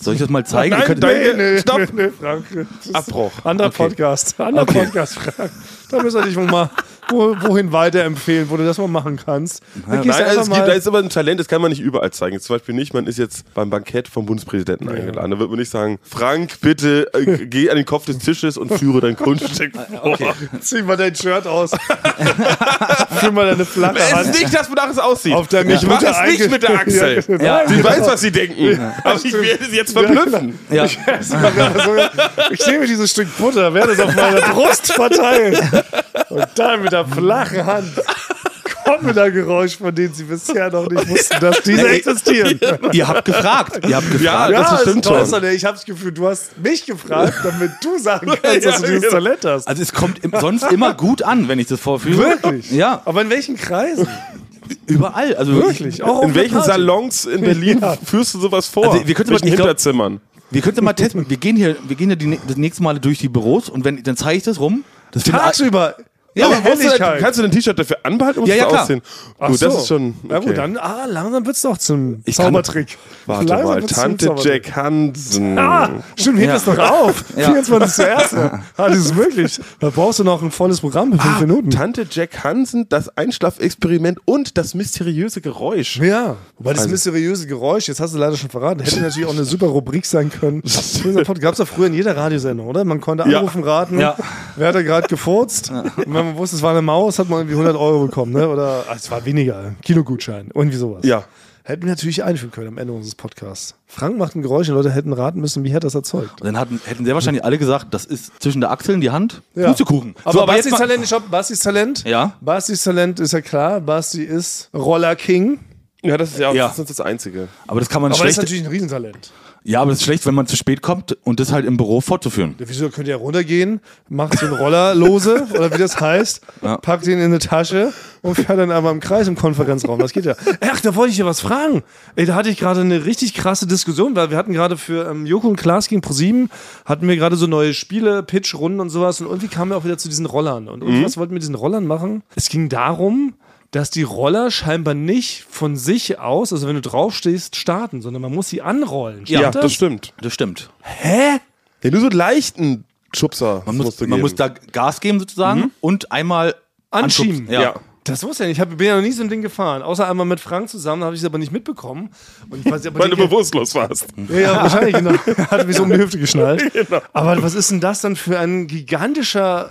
B: Soll ich das mal zeigen? Ihr
C: Nein,
B: könnt-
C: danke. Stopp.
A: Nee, Frank. das ist-
C: Abbruch.
A: Anderer
B: Okay.
A: Podcast. Anderer
B: Okay.
A: Podcast, Frank. Da müssen wir dich wohl mal wo, wohin weiterempfehlen, wo du das mal machen kannst. Dann gehst du
C: Nein, also
A: einfach
C: es
A: mal-
C: gibt, da ist aber ein Talent, das kann man nicht überall zeigen. Jetzt Zum Beispiel nicht, man ist jetzt beim Bankett vom Bundespräsidenten eingeladen. Da wird man nicht sagen, Frank, bitte äh, geh an den Kopf des Tisches und führe dein Kunststück vor.
A: Zieh mal dein Shirt aus. Fühl mal deine flache
C: Es
A: Hand.
C: ist nicht das, wonach es aussieht.
A: Auf der mich
C: ich mache
A: runter
C: es nicht
A: einge-
C: mit der Achsel.
A: Ja, genau.
C: Sie weiß, was sie denken. Aber ich werde sie jetzt verblüffen.
B: Ja.
A: Ich nehme dieses Stück Butter, werde es auf meiner Brust verteilen. Und dann mit der flachen Hand kommt mit ein Geräusch, von dem sie bisher noch nicht wussten, dass diese existieren.
B: Ihr habt gefragt. Ihr habt gefragt.
C: Ja, das
A: ist
C: stimmt
A: toll,
C: schon.
A: Sonne. Ich habe das Gefühl, du hast mich gefragt, damit du sagen kannst, dass du
C: Ja,
A: dieses
C: genau.
A: Talent hast.
B: Also es kommt im, sonst immer gut an, wenn ich das vorführe.
A: Wirklich?
B: Ja,
A: Aber in welchen Kreisen?
B: überall. Also
A: Wirklich? Auch auf
C: In
A: der
C: welchen
A: Party?
C: Salons in Berlin führst du sowas vor?
B: Also, wir könnten
C: Welchen
B: mal- ich glaub-
C: Hinterzimmern.
B: Wir könnten mal testen. Wir gehen hier, wir gehen ja die, nä- das nächste Mal durch die Büros und wenn dann zeige ich das rum. Das finden alle-
A: Tagsüber.
B: Ja,
A: aber
B: aber
C: Musst du denn-
A: Helligkeit.
C: kannst du dein T-Shirt dafür anbehalten? oder
B: Ja, ja,
C: musst du
B: klar.
C: Aussehen?
A: Ach
C: Gut, das
A: so.
C: ist schon.
A: Na gut,
C: okay.
A: dann ah, langsam wird's doch zum
B: Ich kann-
A: Zaubertrick.
C: Warte
A: langsam
C: mal,
A: wird's zum
C: Tante
A: Zaubertrick.
C: Jack Hansen.
A: Ah, stimmt, heb
B: Ja.
A: das doch auf.
B: Ja.
A: 24 zur ersten. Ah, das ist möglich. Da brauchst du noch ein volles Programm für
B: Ah,
A: fünf Minuten.
C: Tante Jack Hansen, das Einschlafexperiment und das mysteriöse Geräusch.
A: Ja, wobei das mysteriöse Geräusch, jetzt hast du leider schon verraten, hätte natürlich auch eine super Rubrik sein können. Gab es ja früher in jeder Radiosendung, oder? Man konnte
C: Ja.
A: anrufen, raten,
B: Ja.
A: wer hat da gerade gefurzt. Und wenn man wusste, es war eine Maus, hat man irgendwie 100 Euro bekommen, ne? Oder ah, es war weniger, Kinogutschein, irgendwie sowas.
C: Ja.
A: Hätten wir natürlich einführen können am Ende unseres Podcasts. Frank macht ein Geräusch und Leute hätten raten müssen, wie er das erzeugt.
B: Dann hatten, hätten sehr wahrscheinlich alle gesagt, das ist zwischen der Achseln die Hand.
A: Ja.
B: Pustekuchen.
A: Aber, halt
B: So,
A: Bastis,
B: mal-
A: Talent, ich hab Bastis Talent.
B: Ja.
A: Bastis Talent ist ja klar. Basti ist Roller King.
C: Ja, das ist ja,
B: Ja.
C: Das, ist das Einzige.
B: aber das kann man
A: Aber das ist
B: schlecht.
A: natürlich ein Riesentalent.
B: ja, aber das ist schlecht, wenn man zu spät kommt und das halt im Büro fortzuführen.
A: Ja, Wieso könnt ihr runtergehen, macht so einen Roller lose oder wie das heißt,
B: Ja.
A: packt ihn in eine Tasche und fährt dann einmal im Kreis im Konferenzraum. Das geht ja. Ach, da wollte ich dir was fragen. Ey, da hatte ich gerade eine richtig krasse Diskussion, weil wir hatten gerade für ähm, Joko und Klaas gegen ProSieben hatten wir gerade so neue Spiele, Pitch-Runden und sowas und irgendwie kamen wir auch wieder zu diesen Rollern. Und
C: Mhm.
A: was wollten wir mit diesen Rollern machen? Es ging darum, dass die Roller scheinbar nicht von sich aus, also wenn du draufstehst, starten, sondern man muss sie anrollen.
B: Ja,
C: Ja,
A: Stimmt
C: das, stimmt.
B: Das stimmt.
A: Hä?
C: Ja, nur so einen leichten Schubser.
B: Man muss, man muss da Gas geben sozusagen und einmal
A: Anschieben.
B: anschubsen.
C: Ja.
B: Ja.
A: Das wusste ich ja nicht. Ich hab- bin ja noch nie so ein Ding gefahren. Außer einmal mit Frank zusammen, habe ich es aber nicht mitbekommen. Und ich weiß, aber
C: Weil du
A: die-
C: bewusstlos warst.
A: ja, ja, wahrscheinlich, genau. Hat mich so um die Hüfte geschnallt.
C: Genau.
A: Aber was ist denn das dann für ein gigantischer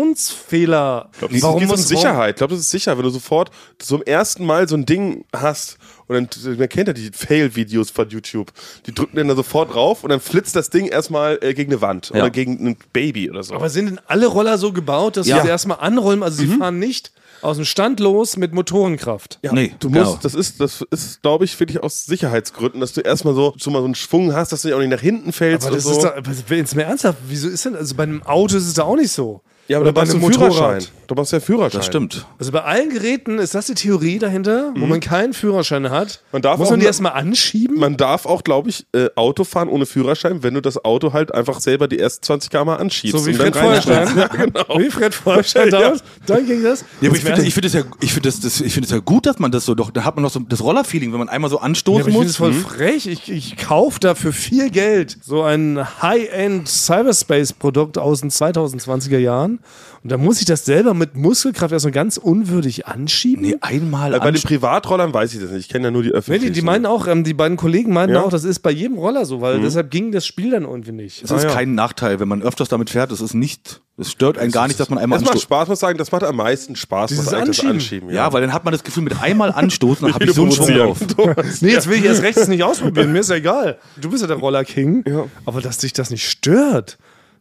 A: Konstruktionsfehler?
C: Warum geht um
A: warum-
C: Sicherheit? Ich glaube, das ist sicher, wenn du sofort zum ersten Mal so ein Ding hast und dann man kennt ja die Fail-Videos von YouTube. Die drücken dann da sofort drauf und dann flitzt das Ding erstmal äh, gegen eine Wand
B: Ja.
C: oder gegen ein Baby oder so.
A: Aber sind denn alle Roller so gebaut, dass
B: Ja.
A: sie sie erstmal anrollen? Also sie fahren nicht aus dem Stand los mit Motorenkraft.
C: Mhm. Ja,
B: Nee,
C: du musst,
B: genau.
C: das ist, das ist, glaube ich, wirklich aus Sicherheitsgründen, dass du erstmal so schon mal so einen Schwung hast, dass du auch nicht nach hinten fällst
A: Aber das
C: und
A: ist
C: so.
A: doch, aber wenn es mir ernsthaft, wieso ist denn, also bei einem Auto ist es da auch nicht so.
C: ja, aber
A: Oder
C: du machst einen
A: Motorrad.
C: Führerschein. Du machst ja Führerschein.
B: Das stimmt.
A: Also bei allen Geräten ist das die Theorie dahinter, wo man keinen Führerschein hat.
C: Mhm. Man darf
A: Muss
C: auch
A: man die
C: nur-
A: erstmal anschieben?
C: Man darf auch, glaube ich, äh, Auto fahren ohne Führerschein, wenn du das Auto halt einfach selber die ersten 20 km anschiebst.
A: so wie
C: und dann
A: Fred Feuerstein.
C: reinstellst. Ja, genau.
A: Wie Fred Feuerstein damals. Dann ging das.
B: Ja, aber ich
A: Das wär-
B: finde ich find das, ja, ich find das, das, ich find das ja gut, dass man das so doch, da hat man noch so das Rollerfeeling, wenn man einmal so
A: Ja, aber
B: anstoßen
A: ich finde
B: muss.
A: es
C: Mhm.
A: voll frech. Ich, ich kaufe dafür viel Geld so ein High-End Cyberspace-Produkt aus den 2020er Jahren. Und da muss ich das selber mit Muskelkraft erstmal ganz unwürdig anschieben.
B: Nee, einmal
C: Bei den
B: anst-
C: Privatrollern weiß ich das nicht. Ich kenne ja nur die
A: Nee,
C: öffentlichen.
A: die, die meinen auch, ähm, die beiden Kollegen meinen
C: Ja. Mhm.
A: auch, das ist bei jedem Roller so, weil deshalb ging das Spiel dann irgendwie nicht. Also
B: Das ist
C: Ah, ja.
B: kein Nachteil, wenn man öfters damit fährt. Das ist nicht, es stört einen gar nicht, dass man einmal
C: das macht
B: anstoßt.
C: Spaß, muss ich sagen, das macht am meisten Spaß,
A: Dieses
C: was eigentlich das
A: Anschieben.
C: Anschieben.
B: Ja, weil dann hat man das Gefühl, mit einmal anstoßen, dann habe
C: Wie
B: ich so einen
C: du
B: Schwung drauf.
C: provozieren.
A: Nee, jetzt will ich erst rechts nicht ausprobieren. Mir ist ja egal. Du bist ja der Roller King. Aber dass dich das nicht stört.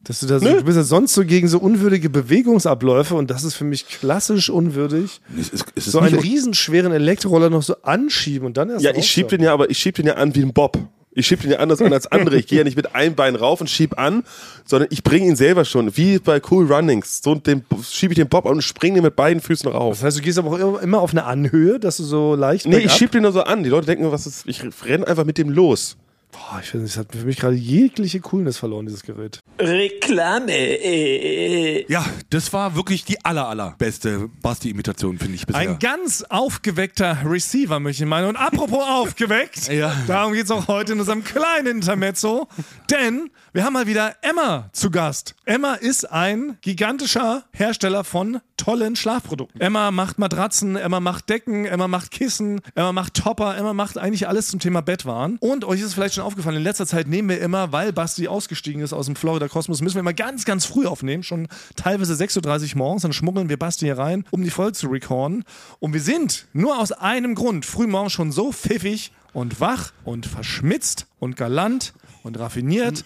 A: Dass du da so, du bist ja sonst so gegen so unwürdige Bewegungsabläufe und das ist für mich klassisch unwürdig.
B: Es ist, es ist
A: So
B: nicht-
A: einen riesenschweren Elektroroller noch so anschieben und dann erst.
C: Ja, ich schieb den ja, aber ich schieb den ja an wie ein Bob. Ich schieb den ja anders an als andere. Ich gehe ja nicht mit einem Bein rauf und schieb an, sondern ich bringe ihn selber schon, wie bei Cool Runnings. So den, schieb ich den Bob an und springe den mit beiden Füßen rauf.
A: Das heißt, du gehst aber auch immer auf eine Anhöhe, dass du so leicht.
C: Nee, ich
A: bergab-
C: schieb den nur so an. Die Leute denken, was ist, ich renn einfach mit dem los.
A: Boah, ich finde, das hat für mich gerade jegliche Coolness verloren, dieses Gerät.
D: Reklame. Äh, äh.
B: Ja, das war wirklich die aller, allerbeste Basti-Imitation, finde ich bisher.
A: Ein ganz aufgeweckter Receiver, möchte ich meinen. Und apropos aufgeweckt,
B: Ja.
A: darum geht es auch heute in unserem kleinen Intermezzo. Denn wir haben mal wieder Emma zu Gast. Emma ist ein gigantischer Hersteller von tollen Schlafprodukten. Emma macht Matratzen, Emma macht Decken, Emma macht Kissen, Emma macht Topper, Emma macht eigentlich alles zum Thema Bettwaren. Und euch ist es vielleicht schon aufgefallen, in letzter Zeit nehmen wir immer, weil Basti ausgestiegen ist aus dem Florida Kosmos, müssen wir immer ganz, ganz früh aufnehmen, schon teilweise 6.30 Uhr morgens, dann schmuggeln wir Basti hier rein, um die Folge zu recorden. Und wir sind nur aus einem Grund frühmorgens schon so pfiffig und wach und verschmitzt und galant und raffiniert
B: Hm.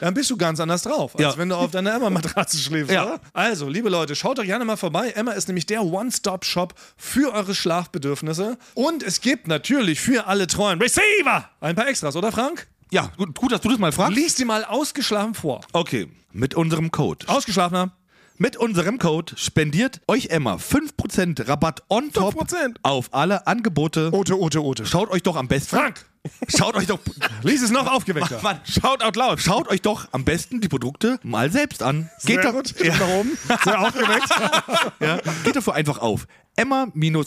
A: dann bist du ganz anders drauf, als
B: Ja.
A: wenn du auf deiner Emma-Matratze schläfst.
B: Ja.
A: Oder? Also, liebe Leute, schaut doch gerne mal vorbei. Emma ist nämlich der One-Stop-Shop für eure Schlafbedürfnisse. Und es gibt natürlich für alle treuen Receiver ein paar Extras, oder Frank?
B: Ja, gut, gut, dass du das mal fragst.
A: Lies die mal ausgeschlafen vor.
B: Okay, mit unserem Code.
A: Ausgeschlafener.
B: Mit unserem Code spendiert euch Emma 5% Rabatt on top
C: 5%.
B: auf alle Angebote.
A: Ote, Ote, Ote.
B: Schaut euch doch am besten.
A: Frank!
B: Schaut euch doch.
A: Lies es noch aufgeweckter.
B: Mann, schaut out loud. Schaut euch doch am besten die Produkte mal selbst an.
A: Sehr
B: Geht da,
A: gut. Stimmt nach oben. Sehr aufgeweckt.
B: ja, geht dafür einfach auf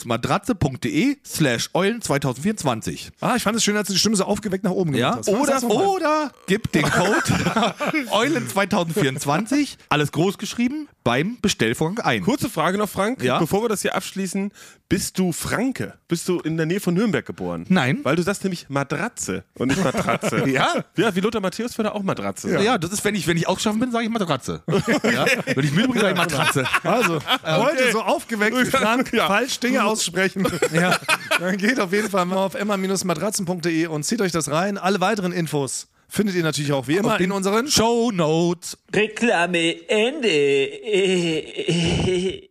B: emma-matratze.de slash eulen 2024.
A: Ah, ich fand es schön, als du die Stimme so aufgeweckt nach oben gemacht
B: Ja,
A: hast.
B: oder,
A: Sag's noch mal.
B: oder gibt den Code Eulen2024, alles groß geschrieben, beim Bestellvorgang ein.
C: Kurze Frage noch, Frank.
B: Ja?
C: Bevor wir das hier abschließen, bist du Franke? Bist du in der Nähe von Nürnberg geboren?
B: Nein.
C: Weil du sagst nämlich Matratze und nicht Matratze.
B: Ja.
C: Ja, wie Lothar Matthäus würde auch Matratze.
B: Ja, das ist, wenn ich, wenn ich ausgeschaffen bin, sage ich Matratze. ja? Wenn ich müde bin, sage ich Matratze. Äh,
A: Also, heute so aufgeweckt wie Frank, falsch Dinge aussprechen. ja. Mhm. Dann geht auf jeden Fall mal auf emma-matratzen.de und zieht euch das rein. Alle weiteren Infos findet ihr natürlich auch wie immer in unseren
B: Show Notes.
D: Reklame Ende. Äh, äh.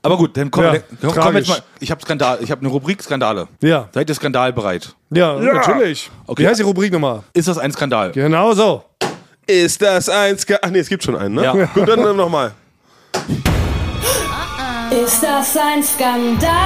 B: Aber gut, dann kommen
A: Ja,
B: wir- komm, komm
A: tragisch.
B: jetzt mal. Ich habe Skandal, ich habe eine Rubrik Skandale.
A: Ja.
B: Seid ihr skandalbereit?
A: Ja, natürlich.
B: Okay.
A: Wie heißt die Rubrik nochmal?
B: Ist das ein Skandal?
A: Genau so.
C: Ist das eins? Ach nee, es gibt schon einen, ne?
B: Ja.
C: Gut, dann nochmal.
E: Ist das ein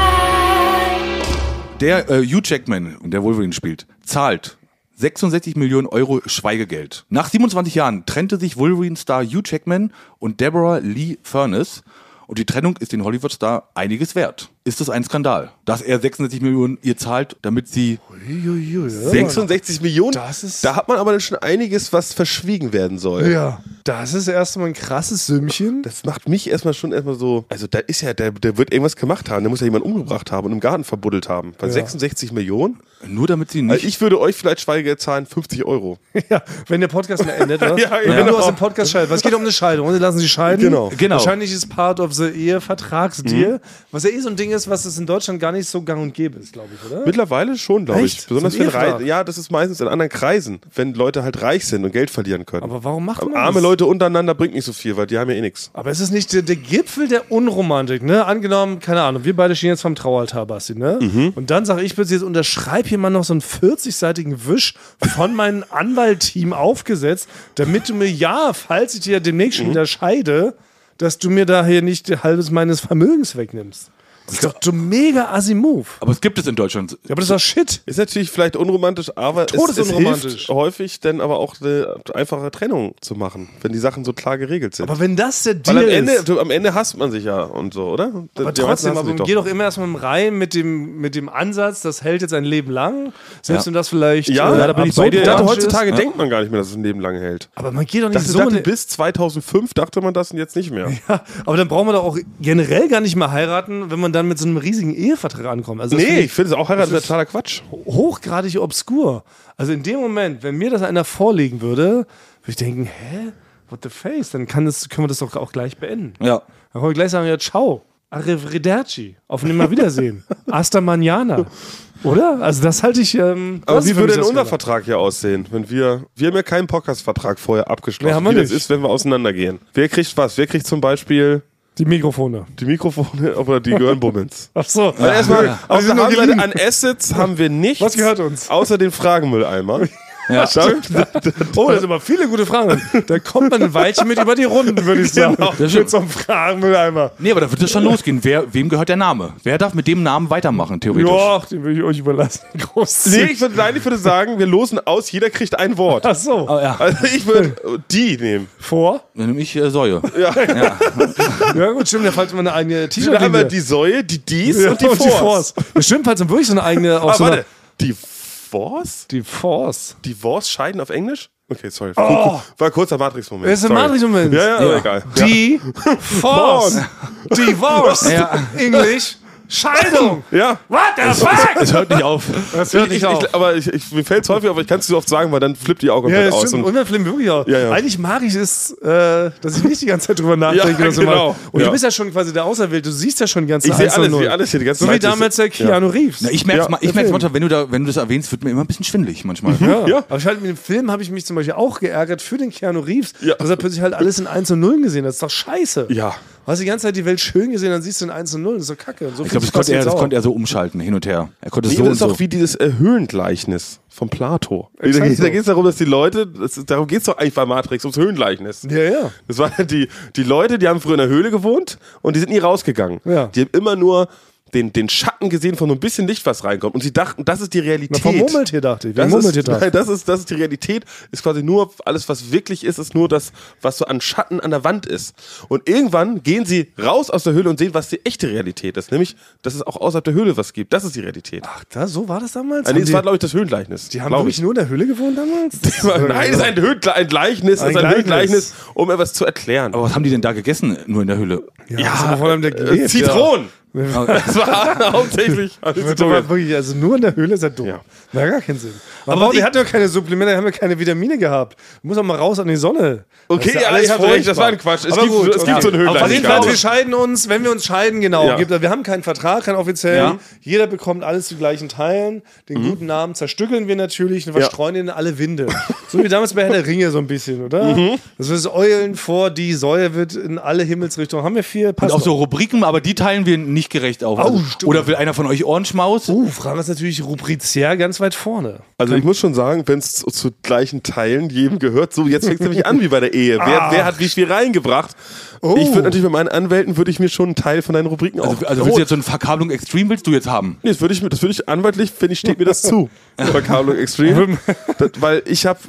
E: Skandal?
B: Der äh, Hugh Jackman, der Wolverine spielt, zahlt 66 Millionen Euro Schweigegeld. Nach 27 Jahren trennte sich Wolverine-Star Hugh Jackman und Deborah Lee Furness. Und die Trennung ist den Hollywood-Star einiges wert. Ist das ein Skandal, dass er 66 Millionen ihr zahlt, damit sie...
C: 66 Millionen?
A: Das ist-
C: da hat man aber schon einiges, was verschwiegen werden soll.
A: Ja. Das ist erstmal ein krasses Sümmchen.
C: Das macht mich erstmal schon erstmal so. Also, da ist ja, der, der wird irgendwas gemacht haben. Der muss ja jemanden umgebracht haben und im Garten verbuddelt haben. Bei 66 Millionen?
B: Nur damit sie nicht...
C: Also ich würde euch vielleicht Schweigegeld zahlen, 50 Euro.
A: Ja, wenn der Podcast mal endet, oder?
C: Ja,
A: wenn
C: genau.
A: du aus dem Podcast scheidest. Was geht um eine Scheidung? Und sie lassen sie scheiden.
C: Genau. Mhm.
B: Genau.
A: Wahrscheinlich ist Part of the Ehe-Vertragsdeal, was ja eh so ein Ding ist, was es in Deutschland gar nicht so gang und gäbe ist, glaube ich, oder?
C: Mittlerweile schon, glaube ich.
A: Echt? eh
C: Besonders
A: Sind
C: wenn
A: Ehevertrag?
C: Rei Ja, das ist meistens in anderen Kreisen, wenn Leute halt reich sind und Geld verlieren können.
A: Aber warum macht man
C: Arme
A: das?
C: Leute untereinander bringt nicht so viel, weil die haben ja eh nichts.
A: Aber es ist nicht der, der Gipfel der Unromantik, ne? Angenommen, keine Ahnung, wir beide stehen jetzt vom Traualtar, Basti, ne?
C: Mhm.
A: Und dann sage ich plötzlich, jetzt unterschreib hier mal noch so einen 40-seitigen Wisch von meinem Anwaltteam aufgesetzt, damit du mir, ja, falls ich
C: Mhm.
A: dir demnächst schon wieder scheide, dass du mir da hier nicht halbes meines Vermögens wegnimmst. Das ist doch so mega assi Move.
B: Aber es gibt es in Deutschland.
A: Ja, aber das ist doch Shit.
C: Ist natürlich vielleicht unromantisch, aber es, es
A: Todesunromantisch.
C: hilft häufig dann aber auch eine einfache Trennung zu machen, wenn die Sachen so klar geregelt sind.
A: Aber wenn das der
C: Weil
A: Deal
C: am Ende,
A: ist,
C: du, am Ende hasst man sich ja und so, oder?
A: aber trotzdem, aber geh doch immer erstmal rein mit dem, mit dem Ansatz, das hält jetzt ein Leben lang, selbst
B: Ja.
A: wenn das vielleicht äh,
C: ja, ja, da bin ich bei dir.
A: dramatisch
C: Heutzutage
A: ist.
C: denkt man gar nicht mehr, dass es ein Leben lang hält.
A: Aber man geht doch nicht
C: Das
A: so
C: dachte,
A: eine,
C: bis 2005 dachte man das und jetzt nicht mehr.
A: Ja, aber dann brauchen wir doch auch generell gar nicht mehr heiraten, wenn man dann mit so einem riesigen Ehevertrag ankommt. Also das
C: nee,
A: finde
C: ich finde es auch heiraten ist totaler Quatsch.
A: ich hochgradig obskur. Also in dem Moment, wenn mir das einer vorlegen würde, würde ich denken, hä? What the face? Dann kann das, können wir das doch auch gleich beenden.
B: Ja.
A: Dann können wir gleich sagen, ja, ciao. Arrivederci. Auf Nimmerwiedersehen. Hasta mañana. Oder? Also das halte ich... Ähm,
C: Aber
A: das
C: wie
A: ist für
C: würde
A: mich
C: denn
A: das
C: unser
A: Skandal.
C: Vertrag hier aussehen, wenn wir, wir haben ja keinen Podcast-Vertrag vorher abgeschlossen,
A: Nee, haben wir
C: wie das
A: nicht.
C: ist, wenn wir auseinandergehen. Wer kriegt was? Wer kriegt zum Beispiel
A: Die Mikrofone.
C: die Mikrofone oder die Gehirnbummens?
A: Ach so.
C: Also erstmal,
B: Ja.
C: auf der
A: nur
C: anderen
A: geliehen.
C: Seite an Assets haben wir nichts.
A: Was gehört uns?
C: Außer den Fragenmülleimer.
B: Ja.
C: Dann-
A: Oh, das sind aber viele gute Fragen. Da kommt man ein Weilchen mit über die Runden, würde ich sagen.
C: Genau.
A: Mit so einem Fragenmülleimer.
B: Nee, aber da wird es schon losgehen. Wer, wem gehört der Name? Wer darf mit dem Namen weitermachen, theoretisch?
A: Ja, den will ich euch überlassen. Großzügig.
C: nee, ich würde, nein, ich würde sagen, wir losen aus, jeder kriegt ein Wort.
A: Ach so.
B: Oh, ja.
C: Also ich würde die nehmen.
A: Vor?
B: Dann nehme ich äh, Säue.
A: Ja, gut, stimmt, da fällt immer eine eigene
C: Da haben
A: T-Shirt-Linie.
C: wir die Säue, die Dies
A: Ja,
C: und die Force.
A: Das stimmt, falls dann wirklich so eine eigene. Auf
C: Ah,
A: so einer-
C: warte. Die Force?
A: Die Force.
C: Divorce scheiden auf Englisch? Okay, sorry.
A: Ah.
C: War kur- War kurzer Matrix-Moment.
A: Das ist ein
C: Sorry.
A: Matrix-Moment.
C: Ja, ja, aber egal. Ja.
A: Die Force. Divorce.
B: Ja.
A: Englisch. Scheidung.
C: Ja.
A: What the fuck?
B: Es hört nicht auf.
A: Das hört
C: Ich,
A: nicht
C: ich,
A: auf.
C: aber ich, ich, mir fällt es häufig auf, aber ich kann es so oft sagen, weil dann flippt ihr auch
A: Ja,
C: komplett
A: das
C: aus.
A: stimmt.
C: Und
A: Und dann flippen wirklich auch.
C: Ja, ja.
A: Eigentlich mag ich es, äh, dass ich nicht die ganze Zeit drüber nachdenke.
C: Ja,
A: dass wir
C: genau.
A: mal- Und
C: Ja.
A: du bist ja schon quasi der Auserwählte. Du siehst ja schon die ganze
C: ich sehe
A: Zeit.
C: alles, ich seh alles hier die ganze
A: So wie
C: Zeit.
A: damals der Keanu Reeves.
B: Na, ich merke
C: Ja,
B: es ich
A: der
B: merk's
A: Film.
B: manchmal, wenn du, da, wenn du das erwähnst, wird mir immer ein bisschen schwindelig manchmal.
A: Ja.
C: Ja.
A: Aber ich halt mit dem Film habe ich mich zum Beispiel auch geärgert für den Keanu Reeves,
C: Ja.
A: dass er plötzlich halt alles in 1 und 0 gesehen hat. Das ist doch scheiße.
C: Ja.
A: Du hast die ganze Zeit die Welt schön gesehen, dann siehst du in 1 und 0. Das ist doch kacke. Und so
B: Ich glaube, das, konnte er- das konnte er so umschalten, hin und her. Er konnte es
C: Nee,
B: so
C: das
B: und
C: ist
B: so.
C: auch wie dieses Höhlengleichnis von Plato. Da,
A: Exakt
C: geht-
A: so.
C: da geht es darum, dass die Leute, das, ist- darum geht es doch eigentlich bei Matrix, ums Höhlengleichnis.
A: Ja, ja.
C: Das waren die, die Leute, die haben früher in der Höhle gewohnt und die sind nie rausgegangen.
A: Ja.
C: Die haben immer nur den, den Schatten gesehen von so ein bisschen Licht, was reinkommt. Und sie dachten, das ist die Realität.
A: Na, vom Murmeltier dachte ich. Wegen
C: Das ist,
A: Murmeltiertag.
C: nein, das, ist, das ist die Realität. Ist quasi nur, alles, was wirklich ist, ist nur das, was so an Schatten an der Wand ist. Und irgendwann gehen sie raus aus der Höhle und sehen, was die echte Realität ist. Nämlich, dass es auch außerhalb der Höhle was gibt. Das ist die Realität.
A: Ach, da, so war das damals?
C: Ah, nee,
A: Haben
C: das
A: die,
C: war, glaube ich, das Höhlengleichnis.
A: die haben
C: glaub
A: wirklich
C: ich.
A: nur in der Höhle gewohnt damals? Das-
C: Nein, es ist ein, Höhle, ein Gleichnis, es
A: Ein
C: ist ein
A: Gleichnis.
C: Höhlengleichnis, um etwas zu erklären.
B: Aber was haben die denn da gegessen, nur in der Höhle?
A: ja, das ist aber vor allem der
C: Äh,
A: gelebt,
C: Zitronen!
B: Aber-
C: Das war hauptsächlich.
A: Ja. Das war wirklich, also nur in der Höhle ist er dumm.
C: Ja.
A: Na, gar keinen Sinn. Aber,
C: ich-
A: wir hatten ja keine Supplemente, haben ja keine Vitamine gehabt. Muss auch mal raus an die Sonne.
C: Okay,
A: Das ist
C: ja,
A: alles
C: ich hab recht,
A: furchtbar.
C: das war ein Quatsch. Es
A: Aber
C: gibt-
A: gut,
C: es gibt so
A: Auf
C: eine
A: jeden Fall,
C: Höhlenleichtigkeit.
A: wir scheiden uns, wenn wir uns scheiden, genau.
C: Ja.
A: Gibt- Wir haben keinen Vertrag, keinen offiziellen.
B: Ja.
A: Jeder bekommt alles zu gleichen Teilen.
C: Mhm.
A: Den guten Namen zerstückeln wir natürlich und verstreuen ihn in alle Winde. so wie damals bei Herr der Ringe so ein bisschen, oder?
C: Mhm.
A: Das ist Eulen vor, die Säue wird in alle Himmelsrichtungen. Haben wir vier?
B: Und
A: Passt
B: auch
A: doch.
B: so Rubriken, aber die teilen wir nicht gerecht auf.
A: Oh,
B: Also,
A: stimmt.
B: oder will einer von euch Ohrenschmaus?
A: Oh, Frank ist natürlich rubriziär ganz weit vorne.
C: Also ich muss schon sagen, wenn es zu, zu gleichen Teilen jedem gehört, so jetzt fängt es nämlich an wie bei der Ehe. Wer, wer hat wie viel reingebracht? Ich würde natürlich mit meinen Anwälten würde ich mir schon einen Teil von deinen Rubriken
B: Also,
C: auch.
B: also willst du jetzt so eine Verkabelung Extreme willst du jetzt haben?
C: Nee, das würde ich, mir- das würde ich anwaltlich, finde ich, steht mir das zu. Verkabelung Extreme. das, weil ich habe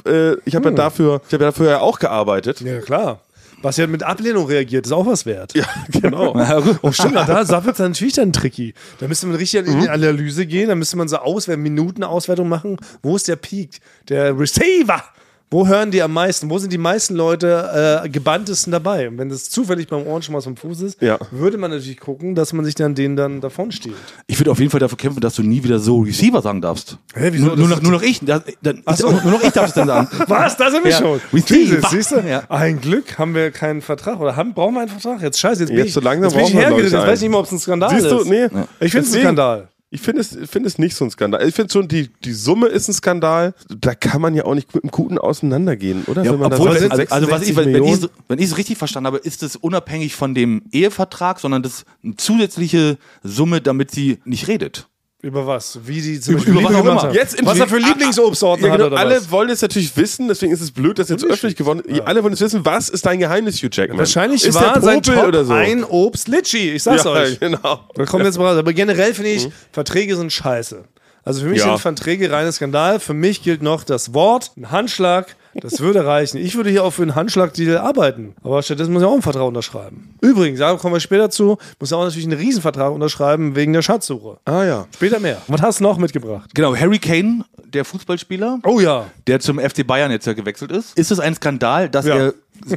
C: äh, ich hab ja dafür, ich habe ja dafür ja auch gearbeitet.
A: Ja, klar. Was ja mit Ablehnung reagiert, ist auch was wert.
C: Ja, genau.
A: Oh, stimmt, na, da wird es dann natürlich dann tricky. Da müsste man richtig in die Analyse gehen, da müsste man so auswerten, Minutenauswertung machen. Wo ist der Peak? Der Receiver! Wo hören die am meisten? Wo sind die meisten Leute äh, gebanntesten dabei? Und wenn das zufällig beim Ohrenschmaus vom Fuß ist,
C: Ja.
A: würde man natürlich gucken, dass man sich dann den dann davon stiehlt.
B: Ich würde auf jeden Fall dafür kämpfen, dass du nie wieder so Receiver sagen darfst.
A: Hä, wieso?
B: Nur, nur,
A: Das-
B: noch, nur noch ich. Da, dann ist
A: so.
B: auch- nur noch ich darf es dann sagen.
A: Was? Da sind wir
B: Ja.
A: schon.
B: Receiver.
A: Jesus, siehst du?
B: Ja.
A: Ein Glück haben wir keinen Vertrag. Oder haben, brauchen wir einen Vertrag? Jetzt scheiße, jetzt, bin
C: Jetzt
A: ich,
C: so langsam
A: jetzt bin ich
C: brauchen wir, glaub ich,
A: hergeritten. Jetzt
C: einen.
A: weiß ich nicht mehr, ob es ein Skandal
C: Siehst du,
A: ist.
C: nee.
A: Ich finde es ein
C: Deswegen-
A: Skandal.
C: Ich finde es, ich finde es nicht so ein Skandal. Ich finde schon, die, die Summe ist ein Skandal. Da kann man ja auch nicht mit dem Guten auseinandergehen, oder?
B: Ja,
C: Wenn man da
B: obwohl, wenn,
C: sagt,
B: also, also was
C: 66
B: ich, wenn, wenn ich
C: Millionen-
B: so- wenn ich es richtig verstanden habe, ist es unabhängig von dem Ehevertrag, sondern das ist eine zusätzliche Summe, damit sie nicht redet.
A: Über was? Wie sie zum
B: Über- über was auch immer.
A: haben.
C: Jetzt in-
A: was er für
C: Ah, ah,
A: Lieblingsobstsorten
C: Ja, genau,
A: hat oder
C: alle
A: was?
C: wollen es natürlich wissen, deswegen ist es blöd, dass jetzt öffentlich geworden ist. Alle wollen es wissen, was ist dein Geheimnis, Hugh Jackman?
A: Wahrscheinlich
C: ist
A: war
C: der
A: sein
C: Popel
A: Top
C: oder so.
A: ein Obst Litschi, ich sag's
C: ja,
A: euch.
C: genau.
A: Da kommt jetzt mal raus. Aber generell finde ich, Verträge sind scheiße. Also für mich
C: Ja.
A: sind Verträge reiner Skandal. Für mich gilt noch das Wort, ein Handschlag, das würde reichen. Ich würde hier auch für einen Handschlag-Deal arbeiten. Aber stattdessen muss ich auch einen Vertrag unterschreiben. Übrigens, da kommen wir später zu, muss auch natürlich einen Riesenvertrag unterschreiben wegen der Schatzsuche.
C: Ah ja.
A: Später mehr. Was hast du noch mitgebracht?
B: Genau, Harry Kane, der Fußballspieler,
A: Oh ja.
B: der zum FC Bayern jetzt ja gewechselt ist. Ist es ein Skandal, dass
A: Ja.
B: er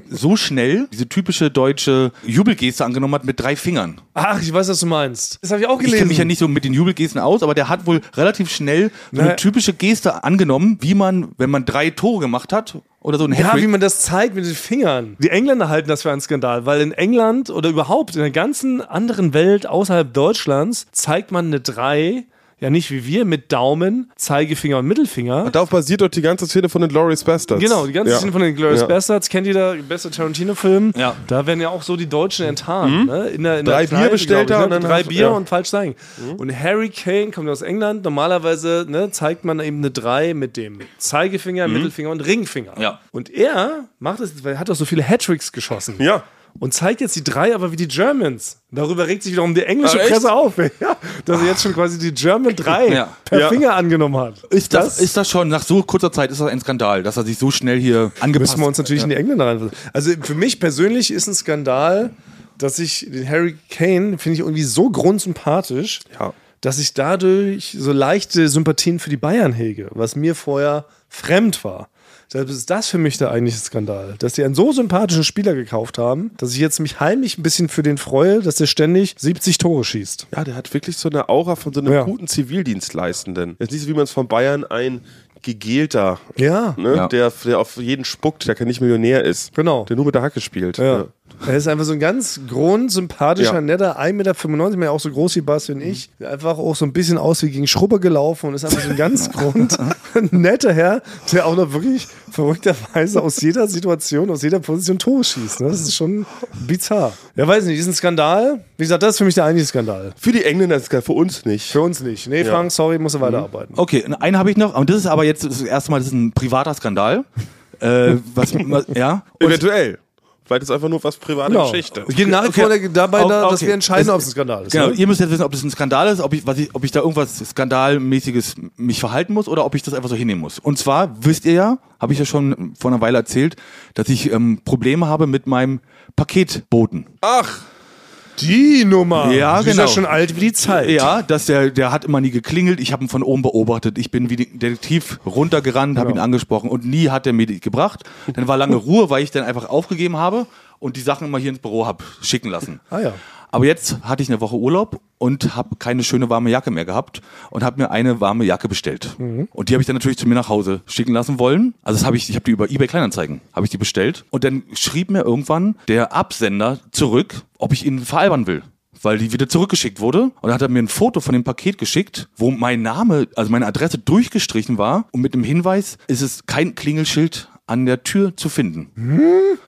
B: so schnell diese typische deutsche Jubelgeste angenommen hat mit drei Fingern?
A: Ach, ich weiß, was du meinst. Das habe ich auch
B: Ich
A: gelesen.
B: kenne mich ja nicht so mit den Jubelgesten aus, aber der hat wohl relativ schnell so
A: Naja.
B: eine typische Geste angenommen, wie man, wenn man drei Tore gemacht hat oder so ein
A: Ja,
B: Hattrick.
A: wie man das zeigt mit den Fingern. Die Engländer halten das für einen Skandal, weil in England oder überhaupt in der ganzen anderen Welt außerhalb Deutschlands zeigt man eine 3, ja nicht wie wir, mit Daumen, Zeigefinger und Mittelfinger.
C: Und darauf basiert doch die ganze Szene von den Glorious Bastards.
A: Genau, die ganze
C: Ja.
A: Szene von den Glorious
C: Ja.
A: Bastards, kennt ihr da, bester Tarantino-Film?
B: Ja.
A: Da werden ja auch so die Deutschen enttarnt. Ne? In der, in
C: Mhm. Drei
A: der Kneipe,
C: Bier
A: glaub ich,
C: bestellt da
A: ne?
C: und dann
A: Drei
C: hast-
A: Bier
C: ja. Mhm.
A: und falsch zeigen. Und Harry Kane kommt aus England, normalerweise ne, zeigt man eben eine 3 mit dem
C: Mhm.
A: Zeigefinger, Mittelfinger und Ringfinger.
B: Ja.
A: Und er macht es, weil er hat doch so viele Hattricks geschossen.
C: Ja.
A: Und zeigt jetzt die drei aber wie die Germans. Darüber regt sich wiederum die englische
C: Ah, echt?
A: Presse auf, ja, dass er jetzt schon quasi die German 3
B: Ja.
A: per
C: Ja.
A: Finger angenommen hat.
B: ist das, ist das schon, nach so kurzer Zeit ist das ein Skandal, dass er sich so schnell hier angepasst
A: müssen wir uns natürlich in die Engländer reinfassen. Also für mich persönlich ist ein Skandal, dass ich den Harry Kane finde ich irgendwie so grundsympathisch,
C: Ja.
A: dass ich dadurch so leichte Sympathien für die Bayern hege, was mir vorher fremd war. Deshalb ist das für mich der eigentliche Skandal, dass die einen so sympathischen Spieler gekauft haben, dass ich jetzt mich heimlich ein bisschen für den freue, dass der ständig 70 Tore schießt.
C: Ja, der hat wirklich so eine Aura von so einem
A: Ja.
C: guten Zivildienstleistenden. Jetzt nicht so, wie man es von Bayern ein gegelter,
A: Ja.
C: ne,
B: Ja.
C: Der, der auf jeden spuckt, der kein nicht Millionär ist.
A: Genau.
C: Der nur mit der Hacke spielt. ne.
A: Ja. Er ist einfach so ein ganz grundsympathischer,
C: Ja.
A: netter, 1,95 Meter, mehr auch so groß wie Basti und ich. Der Einfach auch so ein bisschen aus wie gegen Schrubber gelaufen und ist einfach so ein ganz grund netter Herr, der auch noch wirklich verrückterweise aus jeder Situation, aus jeder Position Tore schießt. ne? Das ist schon bizarr. Ja, weiß nicht, ist ein Skandal. Wie gesagt, das ist für mich der eigentliche Skandal.
C: Für die Engländer ist es geil, für uns nicht.
A: Für uns nicht. Nee, Frank, sorry,
B: Mhm.
A: musst du weiterarbeiten.
B: Okay, einen habe ich noch, aber das ist aber jetzt das erste Mal, das ist ein privater Skandal. äh, was, was, ja.
C: Eventuell. Vielleicht ist einfach nur was private
A: Genau.
C: Geschichte.
A: Es geht nach wie vor
B: Okay.
A: dabei, da,
B: Okay.
A: dass wir entscheiden,
B: Es-
A: ob es ein Skandal ist.
B: Genau,
A: ne?
B: ihr müsst jetzt wissen, ob das ein Skandal ist, ob ich, was ich, ob ich da irgendwas Skandalmäßiges mich verhalten muss oder ob ich das einfach so hinnehmen muss. Und zwar wisst ihr ja, habe ich ja schon vor einer Weile erzählt, dass ich ähm, Probleme habe mit meinem Paketboten.
C: Ach,
A: Die Nummer.
B: Ja,
A: die ist ja
B: genau.
A: schon alt wie die Zeit.
B: Ja, dass der, der hat immer nie geklingelt. Ich habe ihn von oben beobachtet. Ich bin wie Detektiv runtergerannt, habe ihn angesprochen und nie hat er mir die gebracht. Dann war lange Ruhe, weil ich dann einfach aufgegeben habe und die Sachen immer hier ins Büro hab schicken lassen.
A: Ah ja.
B: Aber jetzt hatte ich eine Woche Urlaub und habe keine schöne warme Jacke mehr gehabt und habe mir eine warme Jacke bestellt.
A: Mhm.
B: Und die habe ich dann natürlich zu mir nach Hause schicken lassen wollen. Also das habe ich, ich habe die über eBay Kleinanzeigen habe ich die bestellt und dann schrieb mir irgendwann der Absender zurück, ob ich ihn veralbern will. Weil die wieder zurückgeschickt wurde. Und dann hat er mir ein Foto von dem Paket geschickt, wo mein Name, also meine Adresse durchgestrichen war. Und mit dem Hinweis, ist es ist kein Klingelschild an der Tür zu finden.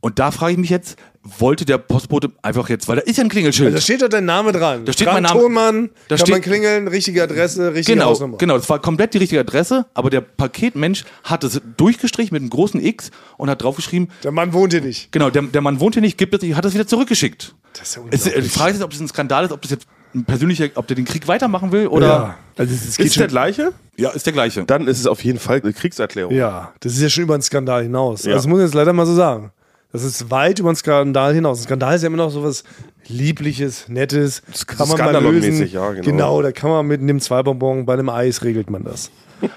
B: Und da frage ich mich jetzt, wollte der Postbote einfach jetzt, weil da ist ja ein Klingelschild.
A: Da steht doch dein Name dran.
B: Da steht
A: Frank
B: mein Name.
A: Thonmann,
B: Da
A: kann man
B: steht-
A: klingeln, richtige Adresse, richtige
B: Genau,
A: Hausnummer.
B: genau, das war komplett die richtige Adresse, aber der Paketmensch hat es durchgestrichen mit einem großen X und hat draufgeschrieben,
A: Der Mann wohnt hier nicht.
B: genau, der, der Mann wohnt hier nicht, gibt es, nicht, hat es wieder zurückgeschickt.
A: Das ist ja
B: Es, äh, die Frage ist, ob das ein Skandal ist, ob das jetzt ein persönlicher, ob der den Krieg weitermachen will oder.
A: Ja.
B: Also es
C: ist der gleiche?
B: ja, ist der gleiche.
C: Dann ist es auf jeden Fall eine Kriegserklärung.
A: Ja, das ist ja schon über einen Skandal hinaus.
C: Ja.
A: Also, das muss ich jetzt leider mal so sagen. Das ist weit über einen Skandal hinaus. Ein Skandal ist ja immer noch sowas Liebliches, Nettes. Das kann man mal lösen.
C: Skandalonmäßig, ja, genau.
A: genau, da kann man mit einem Zweibonbon bei einem Eis regelt man das.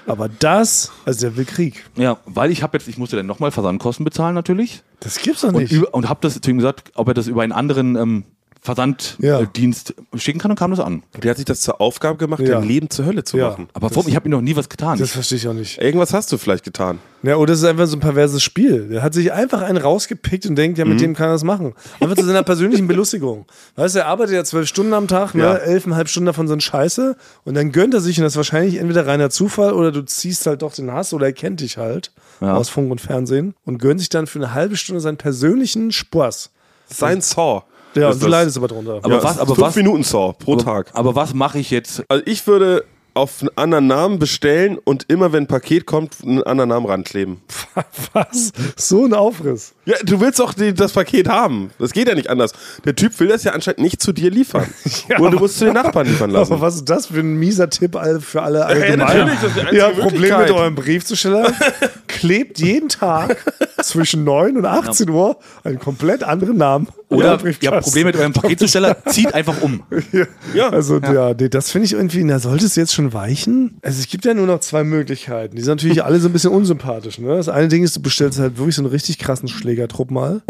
A: Aber das, also der will Krieg.
B: ja, weil ich habe jetzt, ich musste dann nochmal Versandkosten bezahlen natürlich.
A: Das gibt's doch
B: Und,
A: nicht.
B: über, und habe das zu ihm gesagt, ob er das über einen anderen ähm,
A: Ja.
B: Versanddienst schicken kann und kam das an.
C: Der hat sich das zur Aufgabe gemacht,
A: Ja.
C: dein Leben zur Hölle zu
A: Ja.
C: machen.
B: Aber warum? Ich habe ihm noch nie was getan.
A: das verstehe ich auch nicht.
C: Irgendwas hast du vielleicht getan.
A: Ja, oder es ist einfach so ein perverses Spiel. Der hat sich einfach einen rausgepickt und denkt, ja, mit dem kann er das machen. Einfach zu seiner persönlichen Belustigung. Weißt du, er arbeitet ja zwölf Stunden am Tag,
C: Ja.
A: ne? elfeinhalb Stunden davon sind Scheiße. Und dann gönnt er sich, und das ist wahrscheinlich entweder reiner Zufall oder du ziehst halt doch den Hass oder er kennt dich halt aus Funk und Fernsehen und gönnt sich dann für eine halbe Stunde seinen persönlichen Spaß.
C: Sein Saw.
A: Ja,
C: ist
A: und du
C: das.
A: leidest aber drunter.
B: Aber
C: Ja,
B: was- aber
C: fünf
B: was-
C: Minuten Saw pro Tag.
B: aber was mache ich jetzt?
C: Also ich würde auf einen anderen Namen bestellen und immer, wenn ein Paket kommt, einen anderen Namen rankleben.
A: Was? So ein Aufriss.
C: Ja, du willst doch die, das Paket haben. Das geht ja nicht anders. Der Typ will das ja anscheinend nicht zu dir liefern.
A: Ja,
C: und du
A: aber-
C: musst zu den Nachbarn liefern lassen.
A: Aber was ist das für ein mieser Tipp all- für alle allgemein?
C: natürlich, das ist die einzige
A: Ihr habt ein Problem
C: Möglichkeit.
A: mit eurem Briefzusteller. Klebt jeden Tag zwischen 9 und 18 Uhr einen komplett anderen Namen.
B: Oder
A: Briefkasten.
B: ihr habt Probleme mit eurem Paketzusteller, zieht einfach um.
A: Ja. Also, ja, nee, das finde ich irgendwie, na, sollte es jetzt schon weichen? Also, es gibt ja nur noch zwei Möglichkeiten. Die sind natürlich alle so ein bisschen unsympathisch, ne? Das eine Ding ist, du bestellst halt wirklich so einen richtig krassen Schlägertrupp mal.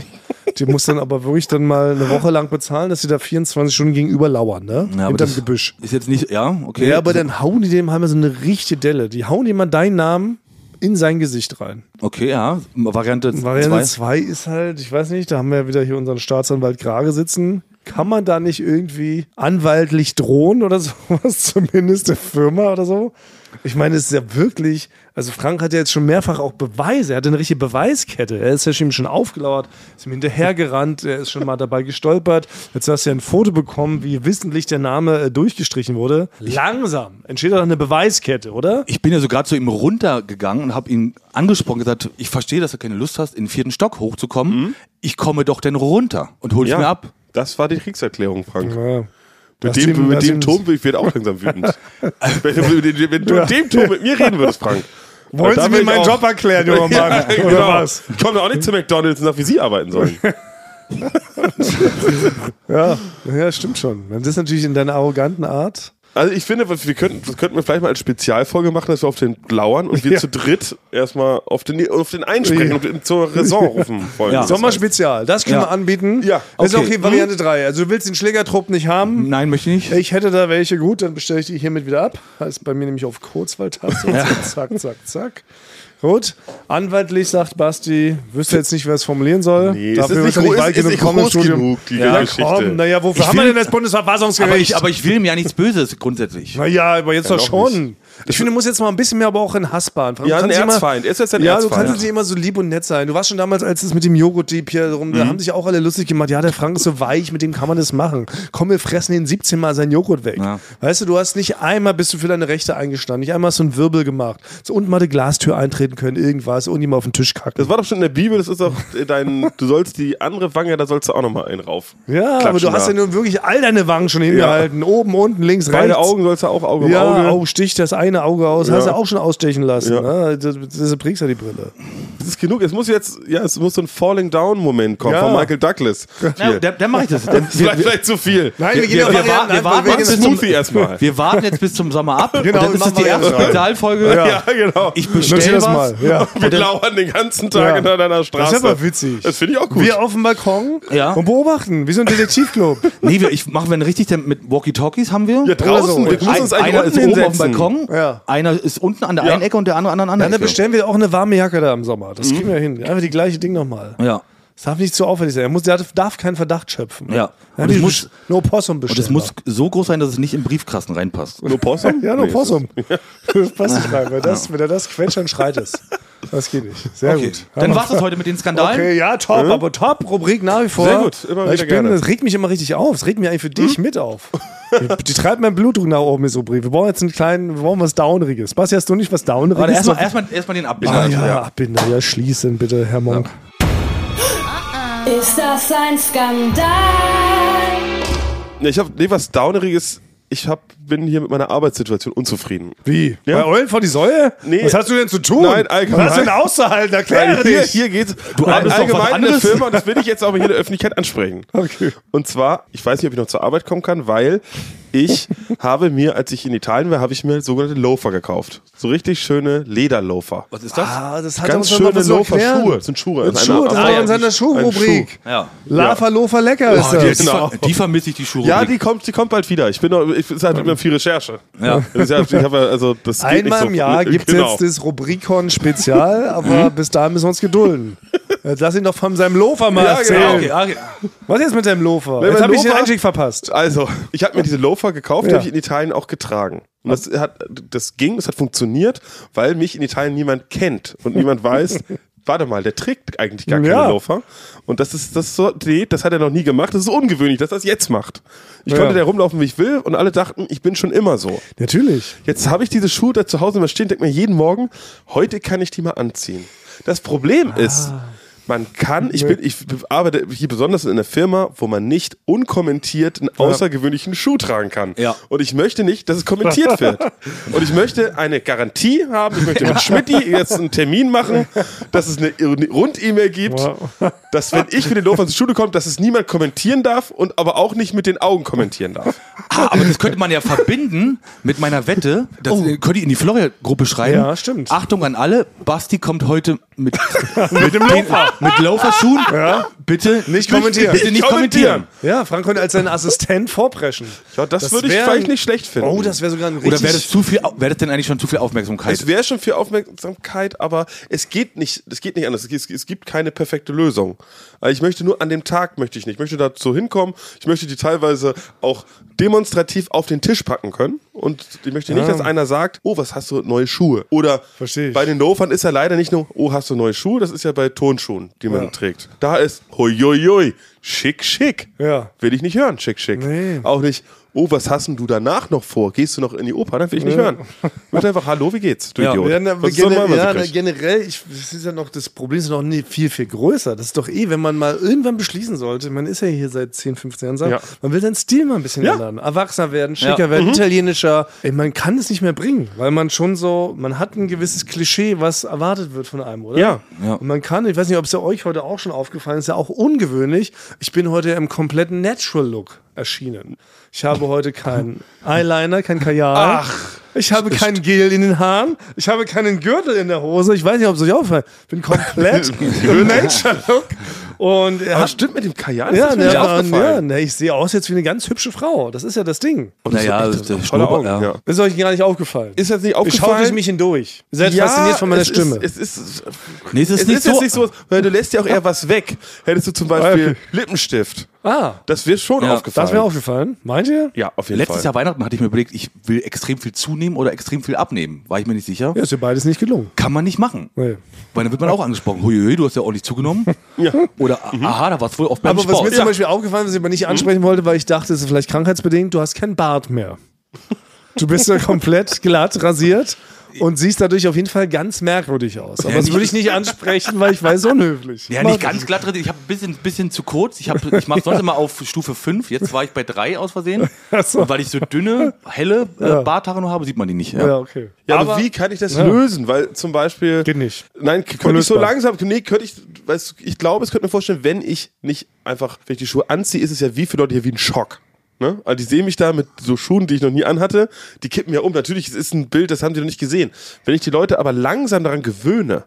A: Die musst dann aber wirklich dann mal eine Woche lang bezahlen, dass sie da 24 Stunden gegenüber lauern, ne?
B: Ja, aber
A: Hinterm
B: das
A: Gebüsch.
B: Ist jetzt nicht, ja, okay.
A: Ja, aber dann hauen die dem haben wir so eine richtige Delle. Die hauen ihm mal deinen Namen in sein Gesicht rein.
B: Okay, ja. Variante 2.
A: Variante 2 ist halt, ich weiß nicht, da haben wir ja wieder hier unseren Staatsanwalt Grage sitzen. Kann man da nicht irgendwie anwaltlich drohen oder sowas, zumindest der Firma oder so? Ich meine, es ist ja wirklich, also Frank hat ja jetzt schon mehrfach auch Beweise, er hat eine richtige Beweiskette. Er ist ja schon ihm schon aufgelauert, ist ihm hinterhergerannt, er ist schon mal dabei gestolpert. Jetzt hast du ja ein Foto bekommen, wie wissentlich der Name äh, durchgestrichen wurde. Langsam entsteht doch eine Beweiskette, oder?
B: Ich bin ja sogar zu ihm runtergegangen und habe ihn angesprochen gesagt, ich verstehe, dass du keine Lust hast, in den vierten Stock hochzukommen.
A: Mhm.
B: Ich komme doch denn runter und hol dich mir ab.
C: Das war die Kriegserklärung, Frank.
A: Ja.
C: Mit dem, mit dem Turm ich werde auch langsam wütend. wenn, du- wenn du mit dem Turm mit mir reden würdest, Frank.
A: Wollen
C: Da
A: Sie
C: will
A: mir
C: ich
A: meinen
C: auch-
A: Job erklären, junger Mann?
C: Ja, genau.
A: Oder was?
C: Ich komme auch nicht zu McDonalds und sag, wie sie arbeiten sollen.
A: Ja, ja, stimmt schon. Das ist natürlich in deiner arroganten Art.
C: Also ich finde, was wir könnten, das könnten wir vielleicht mal als Spezialfolge machen, dass wir auf den lauern und wir
A: Ja.
C: zu dritt erstmal auf den, auf den einsprechen
A: Ja.
C: und ihn zur Raison rufen wollen.
B: Ja.
C: Das heißt,
A: Sommerspezial, das können
B: Ja.
A: wir anbieten.
C: Ja,
A: Das ist
B: okay.
A: Ah, okay, Variante 3. Also du willst den Schlägertrupp nicht haben.
B: Nein, möchte ich nicht.
A: Ich hätte da welche, gut, dann bestelle ich die hiermit wieder ab. Heißt bei mir nämlich auf Kurzwahltaste. Zack, zack, zack. Gut, anwaltlich sagt Basti, wüsste jetzt nicht, wer es formulieren soll.
C: Nee, es ist nicht,
A: wahrscheinlich
C: groß,
A: weit
C: es ist nicht
A: kommen im
C: groß
A: Studium.
C: genug, die
A: Ja,
C: Geschichte.
A: komm, naja, wofür
B: Ich
A: haben wir
B: will-
A: denn das Bundesverfassungsgericht?
B: Aber ich, aber ich will ihm ja nichts Böses grundsätzlich.
A: Naja, aber jetzt doch
C: noch
A: schon. Ich finde, du musst jetzt mal ein bisschen mehr aber auch in Hass bahnen. Frank,
C: Ja,
A: du
C: ein
A: kannst nicht
C: Erzfeind. Er ist jetzt ein
A: ja, du
C: Erzfeind.
A: kannst jetzt nicht immer so lieb und nett sein. Du warst schon damals, als es mit dem Joghurt-Dieb hier rum,
C: Mhm.
A: da haben sich auch alle lustig gemacht. Ja, der Frank ist so weich, mit dem kann man das machen. Komm, wir fressen den 17 Mal seinen Joghurt weg.
B: Ja.
A: Weißt du, du hast nicht einmal bist du für deine Rechte eingestanden. Nicht einmal hast du einen Wirbel gemacht. So unten mal die Glastür eintreten können, irgendwas, und ihm auf den Tisch kacken.
C: Das war doch schon in der Bibel, das ist auch dein, du sollst die andere Wange, da sollst du auch nochmal einen rauf.
A: ja, aber
C: klatschen
A: du hast
C: da.
A: ja nun wirklich all deine Wangen schon hingehalten. Oben, unten, links,
C: Beide
A: rechts.
C: Augen sollst du auch Auge
A: ja, oh.
C: um Auge.
A: auch sticht das eine Auge aus. Hast du auch schon ausstechen lassen.
C: Ja.
A: Ne? Das, das ist ja die Brille.
C: Das ist genug. Es muss jetzt, ja, es muss so ein Falling Down Moment kommen
A: Ja.
C: von Michael Douglas.
B: Na,
C: Hier.
B: dann, dann mache ich das. Dann, Genau, wir,
C: vielleicht,
B: wir,
C: vielleicht zu viel.
A: Nein, wir,
B: gehen auf
A: wir,
B: Varianten
A: wir
B: ein,
A: warten
B: weil
C: Mach
A: jetzt.
B: wir-
C: einen Smoothie erstmal.
B: wir warten jetzt bis zum Sommer ab
A: Genau,
B: und dann ist
A: machen
B: das die
A: wir
B: erste
A: jetzt.
B: Spezialfolge.
A: Ja.
C: genau.
B: Ich
A: Notier
B: bestelle
A: das
B: was.
A: mal. Ja.
C: wir lauern den ganzen Tag
A: Ja.
C: hinter deiner Straße.
A: Das ist aber witzig.
C: Das finde ich auch gut.
A: Wir auf dem Balkon
B: Ja.
A: und beobachten, wie so ein Detektivclub.
B: Nee, wir, ich mache wenn richtig dann mit Walkie-Talkies haben wir. Oh,
C: Ja, draußen.
A: Oder so.
C: Wir müssen
B: Ein,
C: uns eigentlich
B: einer
C: unten
B: ist oben auf dem
C: hinsetzen.
B: Balkon,
A: Ja.
B: einer ist unten an der
C: Ja.
B: einen Ecke und der andere an der
A: Dann
B: anderen Ecke.
A: bestellen wir auch eine warme Jacke da im Sommer.
B: Mhm.
A: Das kriegen wir hin. Einfach die gleiche Ding nochmal.
B: Ja.
A: Das darf nicht zu aufwendig sein. Er muss, der darf- darf keinen Verdacht schöpfen.
B: Ja.
A: Und
B: Und
A: ich
B: es
A: muss
B: muss-
A: nur Possum
B: Und
A: bestellen.
B: es muss so groß sein, dass es nicht im Briefkasten reinpasst.
C: Nur Possum?
A: ja, nur
C: Nee,
A: Possum. Das passt nicht rein. Wenn, das, wenn er das quetscht, dann schreit es. Das geht nicht. Sehr
B: Okay.
A: gut.
B: Dann war's das heute mit den Skandalen.
A: Okay, ja, top, aber top, Rubrik nach wie vor.
C: Sehr gut, immer
A: ich
C: wieder
A: bin,
C: gerne. Hm?
A: Das regt mich immer richtig auf. Das regt mich eigentlich für dich mit auf. Die, die treibt meinen Blutdruck nach oben, ist Rubrik. Wir brauchen jetzt einen kleinen, wir brauchen was Downriges. Basti, hast du nicht was Downriges?
B: Warte, erstmal erstmal erstmal den
A: ah,
B: Abbinder.
C: Also,
A: ja, Abbinder, ja, schließen bitte, Herr Monk.
E: Ist das ein Skandal?
C: Nee, ich habe nee, was Downeriges. Ich hab, bin hier mit meiner Arbeitssituation unzunzufrieden.
A: Wie?
C: Ja.
A: Bei Eulen vor die Säule?
C: Nee.
A: Was hast du denn zu tun?
C: Nein, allgemein.
A: Was hast du denn auszuhalten? Erkläre
C: hier,
A: dich.
C: hier geht's. um Du
B: arbeitest doch was
C: eine
B: anderes.
C: Firma und das will ich jetzt aber hier in der Öffentlichkeit ansprechen. Und zwar, ich weiß nicht, ob ich noch zur Arbeit kommen kann, weil ich habe mir, als ich in Italien war, habe ich mir sogenannte Loafer gekauft. So richtig schöne Lederloafer.
B: Was ist das?
A: Ah, das hat uns
C: Ganz
A: noch
C: schöne
A: was zu
C: Loafer,
A: erklären.
C: Schuhe. Das sind Schuhe.
A: Das, Schuhe, das
C: Eine-
A: war uns an der
C: ein
A: Schuhrubrik.
C: Schuh.
B: Ja.
A: Lafa, Lofa, lecker ist
B: Ah, die,
A: das.
B: die
C: genau.
B: ver- die vermisse ich die Schuhe.
C: Ja, die kommt, die kommt bald wieder. Ich bin noch, ich es ist halt immer viel Recherche.
B: Ja.
C: Das ist ja, ich hab ja, also, das geht nicht
A: Einmal
C: so.
A: im Jahr gibt es
C: Genau. Mhm.
A: jetzt das Rubrikon-Spezial, aber bis dahin müssen wir uns gedulden. Jetzt lass ihn doch von seinem Lofer mal
C: Ja,
A: erzählen.
B: Ah, okay, ah, okay.
A: Was ist jetzt mit deinem Lofer?
C: Wenn
A: jetzt
C: mein
A: habe ich den
C: Loafer-
A: Einstieg verpasst.
C: Also, ich habe mir diese Loafer gekauft, die
A: Ja.
C: habe ich in Italien auch getragen. Und das, hat, das ging, das hat funktioniert, weil mich in Italien niemand kennt und niemand weiß, warte mal, der trägt eigentlich gar keine
A: Ja.
C: Loafer. Und das ist, das ist so, nee, das hat er noch nie gemacht. Das ist ungewöhnlich, dass er es jetzt macht. Ich
A: Ja.
C: konnte da rumlaufen, wie ich will, und alle dachten, ich bin schon immer so.
A: Natürlich.
C: Jetzt habe ich diese Schuhe da zu Hause immer stehen, denke mir jeden Morgen, heute kann ich die mal anziehen. Das Problem ist, man kann, ich, bin, ich arbeite hier besonders in einer Firma, wo man nicht unkommentiert einen außergewöhnlichen Schuh tragen kann.
B: Ja.
C: Und ich möchte nicht, dass es kommentiert wird. Und ich möchte eine Garantie haben, ich möchte mit Schmidti jetzt einen Termin machen, dass es eine Rund-E-Mail gibt,
A: Wow.
C: dass wenn ich mit den Loafern zur Schule komme, dass es niemand kommentieren darf und aber auch nicht mit den Augen kommentieren darf.
B: Ah, aber das könnte man ja verbinden mit meiner Wette. Das äh, könnt ihr in die Florian-Gruppe schreiben.
A: Ja, stimmt.
B: Achtung an alle, Basti kommt heute mit, mit, dem Laufer. mit Lauferschuhen. Ja. Bitte nicht
A: kommentieren.
B: Bitte nicht kommentieren.
A: Ja, Frank könnte als sein Assistent vorpreschen.
C: Ja, das, würde ich
A: wär
C: vielleicht
A: ein-
C: nicht schlecht finden.
A: Oh, das wäre sogar ein richtig...
B: Oder wäre das, zu viel, wäre das denn eigentlich schon zu viel Aufmerksamkeit?
C: Es wäre schon viel Aufmerksamkeit, aber es geht nicht, es geht nicht anders. Es, es, es gibt keine perfekte Lösung. Also Ich möchte nur an dem Tag möchte ich nicht. Ich möchte dazu hinkommen. Ich möchte die teilweise auch demonstrativ auf den Tisch packen können. Und ich möchte nicht, dass einer sagt, oh, was hast du neue Schuhe? Oder
A: Ah. Versteh ich.
C: bei den Loafern ist ja leider nicht nur, oh, hast du neue Schuhe? Das ist ja bei Tonschuhen, die man trägt. Da ist, hoiuiui, schick, schick.
A: Ja.
C: Will ich nicht hören, schick, schick.
A: Nee.
C: Auch nicht, oh, was hast denn du danach noch vor? Gehst du noch in die Oper? Dann will ich nicht hören. Wird einfach, hallo, wie geht's, du
B: Ja.
C: Idiot?
A: Ja, na,
C: Was soll
A: gene-
C: man, was
A: ja,
C: ich
A: na,
C: krieg?
A: generell, ich, das ist ja noch, das Problem ist noch nie viel, viel größer. Das ist doch eh, wenn man mal irgendwann beschließen sollte, man ist ja hier seit 10, 15 Jahren, sagt,
C: Ja.
A: man will seinen Stil mal ein bisschen
C: Ja. Mhm.
A: ändern. Erwachsener werden, schicker
B: Ja.
A: werden, italienischer. Ey, man kann es nicht mehr bringen, weil man schon so, man hat ein gewisses Klischee, was erwartet wird von einem, oder?
C: Ja.
B: Ja.
A: Und man kann, ich weiß nicht, ob es ja euch heute auch schon aufgefallen ist, ja auch ungewöhnlich. Ich bin heute im kompletten Natural Look erschienen. Ich habe heute keinen Eyeliner, kein Kajal. Ach. Ich habe kein Gel in den Haaren. Ich habe keinen Gürtel in der Hose. Ich weiß nicht, ob es euch auffällt. Ich bin komplett im Natural Look. Und er
C: Aber
A: hat,
C: stimmt mit dem Kajal?
A: ja,
C: mir
A: ne,
C: nicht
A: aber- ja,
C: aufgefallen.
A: ne, ich sehe aus jetzt wie eine ganz hübsche Frau. Das ist ja das Ding.
B: naja, das ist der
C: Voller Augen,
B: Schnurrbart, ja.
C: ja.
A: Das ist euch gar nicht aufgefallen.
C: Ist jetzt nicht
A: ich schaue
C: aufgefallen?
A: durch mich hindurch. Ihr Seid
C: Ja,
A: fasziniert von meiner
C: es
A: Stimme.
C: Ist, es ist,
B: Nee, es ist
C: es
B: nicht
C: ist
B: so-
C: jetzt nicht so, weil du lässt ja auch eher was weg. Hättest du zum Beispiel Lippenstift.
A: ah,
C: Das wäre schon
B: Ja,
C: aufgefallen.
A: das ist mir aufgefallen. Meint ihr?
C: Ja, auf jeden
B: Letztes
C: Fall.
B: Jahr Weihnachten hatte ich mir überlegt, ich will extrem viel zunehmen oder extrem viel abnehmen. War ich mir nicht sicher.
A: Ja, ist dir beides nicht gelungen.
B: Kann man nicht machen.
A: Nee.
B: Weil dann wird man auch angesprochen. Huiuiui, du hast ja auch nicht zugenommen.
C: Ja.
B: Oder a- aha, da warst du wohl oft beim
A: Aber was
B: Sport.
A: mir zum
B: Ja.
A: Beispiel aufgefallen ist, was ich aber nicht ansprechen wollte, weil ich dachte, es ist vielleicht krankheitsbedingt, du hast keinen Bart mehr. Du bist ja komplett glatt rasiert und siehst dadurch auf jeden Fall ganz merkwürdig aus. Aber
B: Ja,
A: das
B: nicht-
A: würde ich nicht ansprechen, weil ich weiß, unhöflich.
B: Ja, nicht ganz glatt rasiert. Ich habe ein bisschen, bisschen zu kurz. Ich, hab, ich mache sonst immer auf Stufe 5. Jetzt war ich bei 3 aus Versehen.
A: Ach so.
B: Und weil ich so dünne, helle äh, Barthaare nur habe, sieht man die nicht. Ja.
A: Ja, okay.
C: Ja, aber,
A: aber
C: wie kann ich das lösen? Weil zum Beispiel.
A: Geht nicht.
C: Nein, k- könnte ich so
A: Unlösbar.
C: langsam. Nee, könnte ich. Weißt, du, ich glaube, es könnte mir vorstellen, wenn ich nicht einfach, wenn ich die Schuhe anziehe, ist es ja wie für Leute hier wie ein Schock. Ne? Also die sehen mich da mit so Schuhen, die ich noch nie anhatte, die kippen ja um. Natürlich, es ist ein Bild, das haben die noch nicht gesehen. Wenn ich die Leute aber langsam daran gewöhne,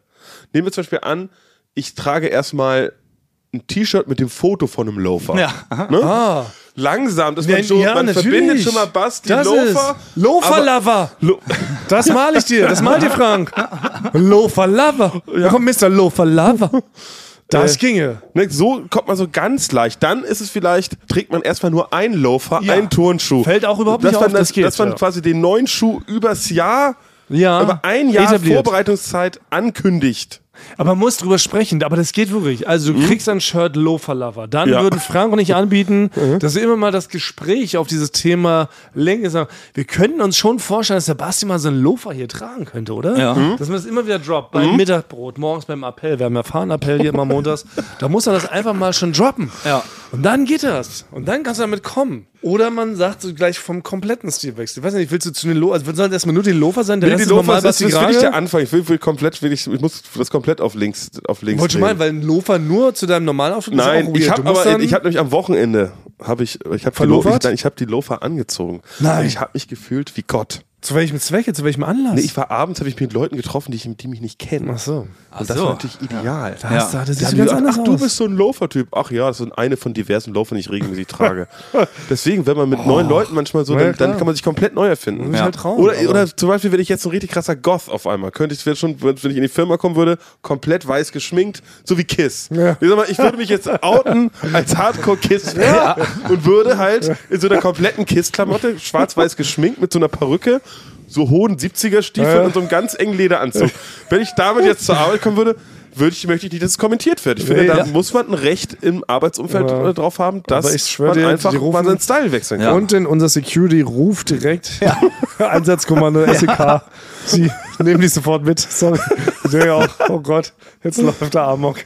C: nehmen wir zum Beispiel an, ich trage erstmal ein T-Shirt mit dem Foto von einem Loafer.
B: Ja.
C: Ne? Langsam, dass man
A: Wenn-
C: schon,
A: Ah. ja,
C: man
A: natürlich.
C: verbindet schon mal Basti
A: Das
C: Loafer.
A: ist Lofer
C: aber-
A: Lover.
C: Lo
A: Das mal ich dir, das mal dir, Frank. Lofer Lover. Da kommt Mr. Lofer Lover. Das
C: Äh,
A: ginge.
C: Ne, so kommt man so ganz leicht. Dann ist es vielleicht, trägt man erstmal nur einen Loafer,
A: Ja.
C: einen Turnschuh.
A: Fällt auch überhaupt nicht
C: dass
A: auf,
C: man
A: das geht,
C: Dass man
A: ja.
C: quasi den neuen Schuh übers Jahr,
A: Ja,
C: über ein Jahr
A: etabliert.
C: Vorbereitungszeit ankündigt.
A: Aber man muss drüber sprechen, aber das geht wirklich. Also du kriegst ein Shirt Lofer Lover. Dann
C: Mhm. Ja. Mhm.
A: würden Frank und ich anbieten, dass wir immer mal das Gespräch auf dieses Thema lenken. Sagen, wir könnten uns schon vorstellen, dass Sebastian mal so einen Lofer hier tragen könnte, oder?
B: Ja. Mhm.
A: Dass man das immer wieder droppt.
C: Mhm.
A: Beim Mittagbrot, morgens beim Appell. Wir haben ja Fahnenappell hier immer montags. Da muss man das einfach mal schon droppen.
B: Ja.
A: Und dann geht das. Und dann kannst du damit kommen. Oder man sagt so gleich vom kompletten Stilwechsel. Ich weiß nicht, willst du zu den Lofer, also soll das erstmal nur die Lofer sein? Der
C: Nee,
A: Rest
C: die
A: ist normal,
C: Loafer,
A: was
C: das
A: die
C: ist wirklich
A: gerade...
C: der Anfang. Ich will, will komplett, will ich, ich muss das komplett auf links, auf links.
A: Wollte schon
C: drehen.
A: meinen, weil ein Lofer nur zu deinem normalen Outfit
C: Nein, ich habe aber, ich habe nämlich am Wochenende, habe ich, ich habe die, Lo-
A: Verlofert?
C: ich, nein, ich hab die Loafer angezogen.
A: Nein.
C: Ich habe mich gefühlt wie Gott.
A: zu welchem Zwecke, zu welchem Anlass?
C: Nee, ich war abends, habe ich mich mit Leuten getroffen, die, ich, die mich nicht kennen.
A: Ach so.
B: Ach
C: Und das
B: so.
C: war natürlich ideal.
A: Da hast du-
B: Ja.
A: das
C: Die
A: sieht
C: haben
A: ganz
C: gesagt,
A: anders
C: ach,
A: aus.
C: du bist so ein Loafer-Typ. Ach ja, das ist eine von diversen Loafern, die ich regelmäßig trage. Deswegen, wenn man mit neuen Leuten manchmal so,
A: Na ja,
C: dann, dann
A: klar.
C: kann man sich komplett neu erfinden.
A: Muss ich halt trauen,
C: oder,
A: aber-
C: oder zum Beispiel, wenn ich jetzt so ein richtig krasser Goth auf einmal, könnte ich wäre schon, wenn ich in die Firma kommen würde, komplett weiß geschminkt, so wie Kiss.
A: Ja.
C: Ich, sag mal, ich würde mich jetzt outen als Hardcore-Kiss und würde halt in so einer kompletten Kiss-Klamotte, schwarz-weiß geschminkt mit so einer Perücke, so hohen 70er-Stiefeln
A: Ja.
C: und so einem ganz engen Lederanzug. Wenn ich damit jetzt zur Arbeit kommen würde, würde ich, möchte ich nicht, dass es kommentiert wird. Ich finde,
A: Nee,
C: da
A: ja.
C: muss man ein Recht im Arbeitsumfeld
A: Aber-
C: äh, drauf haben, dass
A: aber ich schwör
C: man
A: dir,
C: einfach
A: die rufen-
C: mal seinen Style wechseln kann.
A: Und in unser Security ruft direkt Einsatzkommando SEK. Sie nehmen die sofort mit. Sorry. Ich denke auch, oh Gott, jetzt läuft der Amok.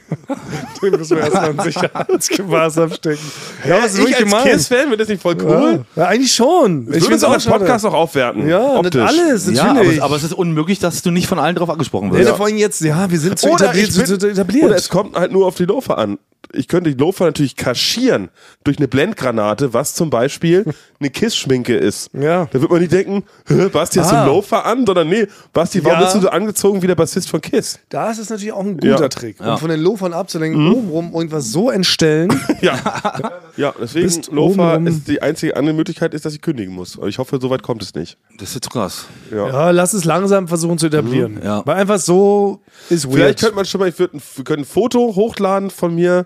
A: Den müssen wir erstmal in Sicherheitsgewahrsam stecken. Ja, aber es ist
C: ich
A: wirklich
C: als
A: gemein.
C: Kiss-Fan finde das nicht voll
A: Ja,
C: cool.
A: ja, eigentlich schon.
C: Ich würde
A: find's
C: es auch als
A: schade.
C: Podcast auch aufwerten.
A: Ja,
C: optisch.
A: nicht alles,
B: Ja,
A: natürlich.
B: aber, aber es ist unmöglich, dass du nicht von allen drauf angesprochen
A: ja.
B: wirst.
A: Ja, vor allem jetzt, ja, wir sind zu
C: Oder,
A: etabliert.
C: ich bin,
A: zu- zu etabliert.
C: oder es kommt halt nur auf die Loafer an. Ich könnte die Loafer natürlich kaschieren durch eine Blendgranate, was zum Beispiel eine Kiss-Schminke ist.
A: Ja.
C: Da wird man nicht denken, "Hä, Basti, hast
A: Ah.
C: du Loafer an? Sondern nee, Basti, warum
A: Ja.
C: bist du so angezogen wie der Bassist von Kiss?
A: Das ist natürlich auch ein guter
C: Ja. Mhm.
A: Trick. Um von den Lofern abzulenken, obenrum irgendwas so entstellen.
C: Ja, ja deswegen
A: Bist
C: Loafer
A: obenrum-
C: ist die einzige andere Möglichkeit ist, dass ich kündigen muss. Aber ich hoffe, soweit kommt es nicht.
B: Das ist jetzt krass.
A: ja, lass es langsam versuchen zu etablieren.
B: ja.
A: Weil einfach so ist weird.
C: Mhm. Vielleicht könnte man schon mal, ich würd, ein- wir können ein Foto hochladen von mir,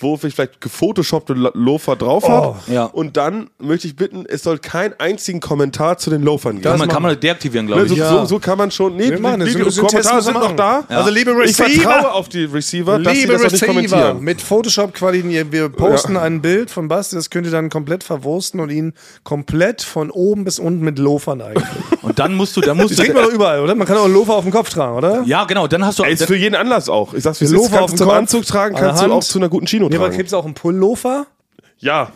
C: wo ich vielleicht gefotoshoppte Lo- Loafer drauf habe.
A: Oh.
B: ja.
C: Und dann möchte ich bitten, es soll keinen einzigen Kommentar zu den Loafern geben.
B: Kann man, kann man deaktivieren, glaube
C: Ne,
B: ich.
C: so,
A: Ja.
C: so, so kann man schon. Nee,
A: Wir
C: die-
A: machen das.
C: die,
A: Wir
C: die
A: müssen testen,
C: Kommentare
A: was wir
C: sind noch
A: machen.
C: da.
B: Ja. Also,
A: liebe
C: ich vertraue auf die Receiver, dass
A: Liebe
C: sie das auch nicht
A: Receiver,
C: kommentieren.
A: mit Photoshop-Qualität, wir posten ein Bild von Basti, das könnt ihr dann komplett verwursten und ihn komplett von oben bis unten mit Lofern eigentlich.
B: Und dann musst du, dann musst
A: Das trägt man
B: du.
A: doch überall, oder? Man kann auch einen Lofer auf dem Kopf tragen, oder?
B: Ja, genau, dann hast du.
C: Ey, ist für jeden Anlass auch. Ich sag's, wie es
A: Loafer
C: ist, kannst
A: auf
C: du
A: dem
C: zum
A: Kopf,
C: Anzug tragen,
A: an der
C: kannst du auch
A: Hand.
C: zu einer guten Chino
A: Nee, aber
C: tragen.
A: gibt's auch einen Pull-Lofer?
C: Ja.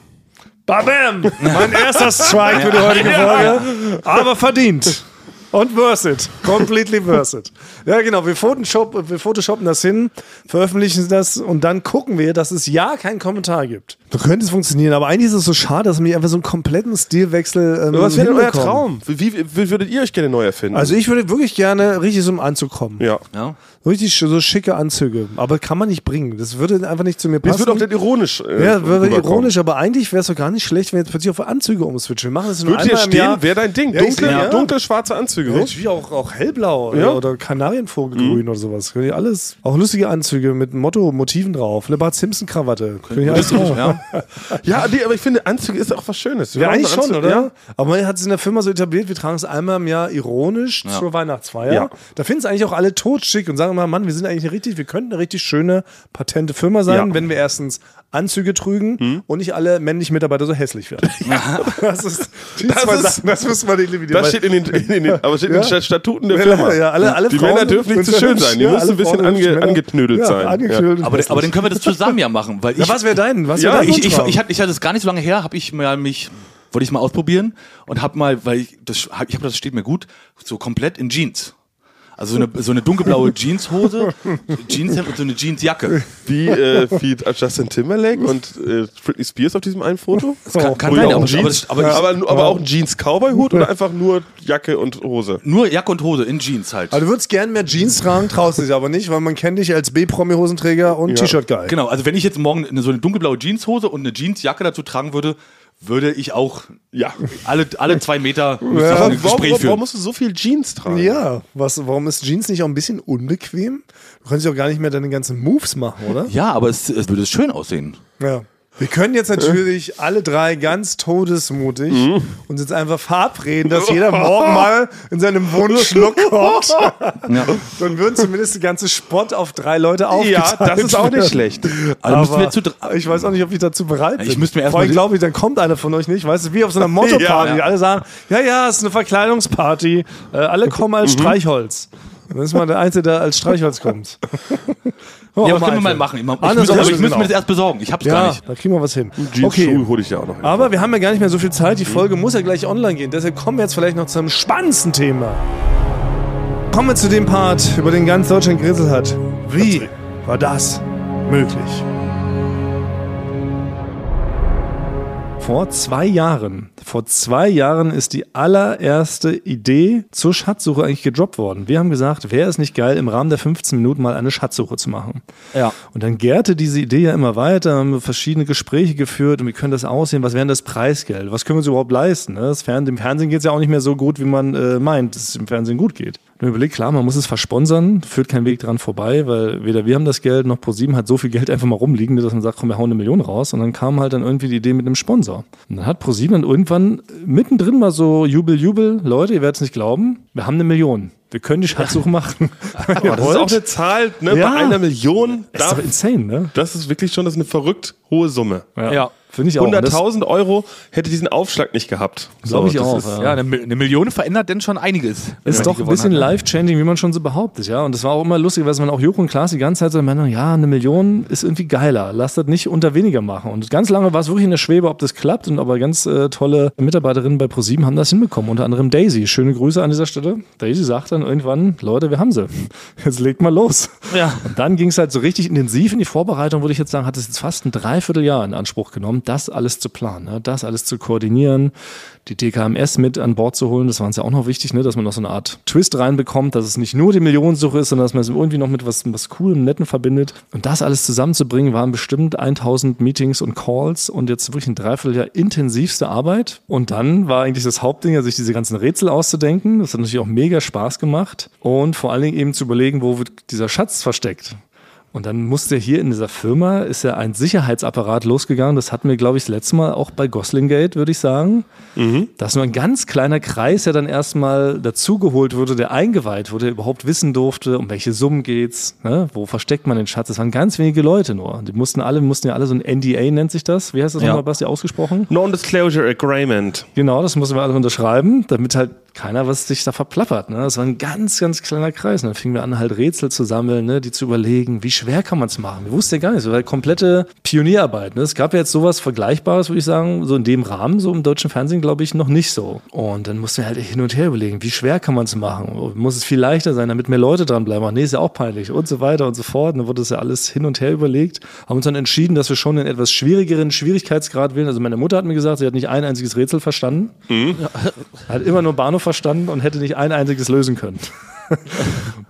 A: Babam! Mein erster Strike für die heutige Folge. Aber verdient. Und worth it. Completely worth it. Ja, genau. Wir, Photoshop, wir photoshoppen das hin, veröffentlichen das und dann gucken wir, dass es ja keinen Kommentar gibt. Da könnte es funktionieren, aber eigentlich ist es so schade, dass man nicht einfach so einen kompletten Stilwechsel. Ähm,
C: Was wäre denn euer
A: hinbekommt.
C: Traum? Wie, wie, wie würdet ihr euch gerne neu erfinden?
A: Also, ich würde wirklich gerne richtig so im Anzug kommen.
C: ja.
B: ja.
A: Richtig sch- so schicke Anzüge. Aber kann man nicht bringen. Das würde einfach nicht zu mir passen.
C: Das wird auch dann ironisch. äh,
A: Ja, wäre
C: rüberkommen.
A: ironisch, aber eigentlich wäre es doch gar nicht schlecht, wenn jetzt plötzlich auf Anzüge umswitchen. Wir machen das nur
C: Würde
A: einmal
C: hier
A: im Jahr.
C: stehen, wäre dein Ding.
A: Ja, ich
C: Dunkle,
A: seh- ja.
C: dunkle schwarze Anzüge. so.
A: Natürlich auch, auch hellblau oder,
C: Ja. Mhm.
A: oder Kanarienvogelgrün oder sowas. Können die alles. Auch lustige Anzüge mit Motto, Motiven drauf. Eine Bart Simpson-Krawatte. Können die alles drauf.
B: Ja.
C: Ja, nee, aber ich finde, Anzüge ist auch was Schönes. Wir
A: Ja,
C: brauchen
A: eigentlich schon,
C: Anzüge,
A: oder?
C: Ja.
A: Aber man hat es in der Firma so etabliert, wir tragen es einmal im Jahr ironisch zur Weihnachtsfeier.
C: Ja.
A: Da finden es eigentlich auch alle totschick und sagen immer, Mann, wir sind eigentlich eine richtig, wir könnten eine richtig schöne, patente Firma sein,
C: Ja. Mhm.
A: wenn wir erstens Anzüge trügen und nicht alle männlichen Mitarbeiter so hässlich werden. Das ist, die
C: Das
A: zwei
C: ist-
A: Sachen, das müssen wir eliminieren.
C: Das steht in den, in den, aber steht in
A: Ja.
C: den Statuten der Firma.
A: Ja, alle, alle
C: die
A: Frauen
C: Männer dürfen nicht
A: sind
C: zu schön
A: hübsch.
C: sein. Die
A: Ja,
C: müssen
A: alle
C: ein bisschen
A: Frauen sind hübsch.
C: ange,
A: Männer-
C: angeknödelt
A: ja,
C: sein.
A: Angeknödelt.
B: Aber, den- aber dann können wir das zusammen ja machen, weil
A: ja,
B: ich.
A: was wäre dein? Was
C: Ja,
A: wär dein
B: ich, ich,
A: Wunschtraum?
B: ich, hatte, ich hatte das gar nicht so lange her, habe ich mal mich, wollte ich mal ausprobieren und habe mal, weil ich das, hab, ich hab, das steht mir gut, so komplett in Jeans. Also so eine, so eine dunkelblaue Jeanshose, Jeanshemd und so eine Jeansjacke.
C: Ja. Wie, äh, wie Justin Timberlake und äh, Britney Spears auf diesem einen Foto.
B: kann-
C: Oh,
B: kann
C: wohl
B: sein,
C: auch
B: aber-
C: ein Jeans,
B: aber- aber-
C: aber, aber, auch ein Jeans-Cowboy-Hut oder einfach nur Jacke und Hose?
B: Nur Jacke und Hose in Jeans halt.
A: also du würdest gern mehr Jeans tragen, traust dich aber nicht, weil man kennt dich als B-Promi-Hosenträger und T-Shirt-Guy.
B: Genau, also wenn ich jetzt morgen eine, so eine dunkelblaue Jeanshose und eine Jeansjacke dazu tragen würde, würde ich auch
C: Ja.
B: alle, alle zwei Meter müsste ich
A: Ja,
B: auch ein
C: Warum,
B: Gespräch
C: warum, warum
B: führen.
C: musst du so viel Jeans tragen?
A: Ja, was, warum ist Jeans nicht auch ein bisschen unbequem? Du kannst ja auch gar nicht mehr deine ganzen Moves machen, oder?
B: Ja, aber es, es würde schön aussehen.
A: Ja. Wir können jetzt natürlich alle drei ganz todesmutig
B: Mhm.
A: uns jetzt einfach verabreden, dass jeder morgen mal in seinem Wunschlook kommt. Dann würden zumindest der ganze Spott auf drei Leute
C: Ja,
A: aufgeteilt
C: das ist auch
A: werden.
C: nicht schlecht.
B: Also müssten wir
A: Aber
B: zu dr-
A: ich weiß auch nicht, ob ich dazu bereit bin.
B: Ich müsste mir erst
A: Vor allem
B: mal-
A: glaube ich, dann kommt einer von euch nicht. Weißt du, wie auf so einer Motto-Party.
B: Ja, ja.
A: Alle sagen, ja, ja, es ist eine Verkleidungsparty. Äh, alle kommen
B: Mhm.
A: als Streichholz. Dann ist man der Einzige, der als Streichholz kommt. Oh,
B: ja, aber können wir mal
A: Alter.
B: machen. Ich, muss-
A: Anders genau.
B: aber ich
A: ausschließen
B: müsste
A: auch.
B: mir das erst besorgen. Ich hab's gar
A: Ja,
B: nicht.
A: da kriegen wir was hin.
C: Jeans-Schuhe hole ich ja auch noch. hin.
A: Aber wir haben ja gar nicht mehr so viel Zeit. Die Folge muss ja gleich online gehen. Deshalb kommen wir jetzt vielleicht noch zum spannendsten Thema. Kommen wir zu dem Part, über den ganz Deutschland gerisselt hat. Wie war das möglich? Vor zwei Jahren, vor zwei Jahren ist die allererste Idee zur Schatzsuche eigentlich gedroppt worden. Wir haben gesagt, wäre es nicht geil, im Rahmen der 15 Minuten mal eine Schatzsuche zu machen.
B: Ja.
A: Und dann gärte diese Idee ja immer weiter, haben wir verschiedene Gespräche geführt und wie könnte das aussehen, was wäre denn das Preisgeld, was können wir uns überhaupt leisten. Ne? Das Fern Im Fernsehen geht es ja auch nicht mehr so gut, wie man äh, meint, dass es im Fernsehen gut geht. Dann überlegt, klar, man muss es versponsern, führt kein Weg dran vorbei, weil weder wir haben das Geld noch ProSieben hat so viel Geld einfach mal rumliegen, dass man sagt, komm, wir hauen eine Million raus. Und dann kam halt dann irgendwie die Idee mit einem Sponsor. Und dann hat ProSieben dann irgendwann mittendrin mal so Jubel, Jubel, Leute, ihr werdet es nicht glauben, wir haben eine Million. Wir können die Schatzsuche machen. Wenn ihr
C: Das ist auch
A: wollt.
C: eine Zahl, ne?
A: Ja.
C: Bei einer Million.
A: ist
C: darf-
A: doch insane, ne?
C: das ist wirklich schon, das ist eine verrückt hohe Summe.
B: Ja.
A: Finde ich auch. Und das-
C: 100.000 Euro hätte diesen Aufschlag nicht gehabt.
A: Glaub ich
C: das
A: auch,
C: Ist,
A: ja.
B: Ja, eine, Mi- eine Million verändert denn schon einiges. wenn man
A: Ist doch
B: die
A: ein
B: gewonnen
A: bisschen
B: hat. ne?
A: life-changing, wie man schon so behauptet, ja. Und das war auch immer lustig, weil man auch Joko und Klaas die ganze Zeit so meinte, ja, eine Million ist irgendwie geiler. Lasst das nicht unter weniger machen. Und ganz lange war es wirklich in der Schwebe, ob das klappt. Und aber ganz äh, tolle Mitarbeiterinnen bei ProSieben haben das hinbekommen. Unter anderem Daisy. Schöne Grüße an dieser Stelle. Daisy sagt dann irgendwann, Leute, wir haben sie. Jetzt legt mal los.
B: Ja.
A: Und dann ging es halt so richtig intensiv in die Vorbereitung, würde ich jetzt sagen, hat es jetzt fast ein Dreivierteljahr in Anspruch genommen, das alles zu planen, ne? das alles zu koordinieren, die DKMS mit an Bord zu holen. Das war uns ja auch noch wichtig, ne? dass man noch so eine Art Twist reinbekommt, dass es nicht nur die Millionensuche ist, sondern dass man es irgendwie noch mit was, was Coolem, Netten verbindet. Und das alles zusammenzubringen, waren bestimmt 1000 Meetings und Calls und jetzt wirklich ein Dreivierteljahr intensivste Arbeit. Und dann war eigentlich das Hauptding, ja, sich diese ganzen Rätsel auszudenken. Das hat natürlich auch mega Spaß gemacht. Und vor allen Dingen eben zu überlegen, wo wird dieser Schatz versteckt. Und dann musste hier in dieser Firma, ist ja ein Sicherheitsapparat losgegangen. Das hatten wir, glaube ich, das letzte Mal auch bei Goslingate, würde ich sagen. Dass nur ein ganz kleiner Kreis ja dann erstmal dazugeholt wurde, der eingeweiht wurde, der überhaupt wissen durfte, um welche Summen geht's, ne? wo versteckt man den Schatz. Es waren ganz wenige Leute nur. Die mussten alle, mussten ja alle so ein NDA nennt sich das. Wie heißt das
B: Ja.
A: nochmal, Basti, ausgesprochen?
C: Non-Disclosure Agreement.
A: Genau, das mussten wir alle unterschreiben, damit halt keiner was sich da verplappert. Ne? Das war ein ganz, ganz kleiner Kreis. Und dann fingen wir an, halt Rätsel zu sammeln, ne? die zu überlegen, wie schwer kann man es machen? Wir wussten ja gar nicht, das war halt komplette Pionierarbeit. Ne? Es gab ja jetzt sowas Vergleichbares, würde ich sagen, so in dem Rahmen, so im deutschen Fernsehen, glaube ich, noch nicht so. Und dann mussten wir halt hin und her überlegen, wie schwer kann man es machen? Muss es viel leichter sein, damit mehr Leute dranbleiben? Ach nee, ist ja auch peinlich und so weiter und so fort. Und Dann wurde das ja alles hin und her überlegt. Haben uns dann entschieden, dass wir schon einen etwas schwierigeren Schwierigkeitsgrad wählen. Also meine Mutter hat mir gesagt, sie hat nicht ein einziges Rätsel verstanden. Hat immer nur Bahnhof verstanden und hätte nicht ein einziges lösen können.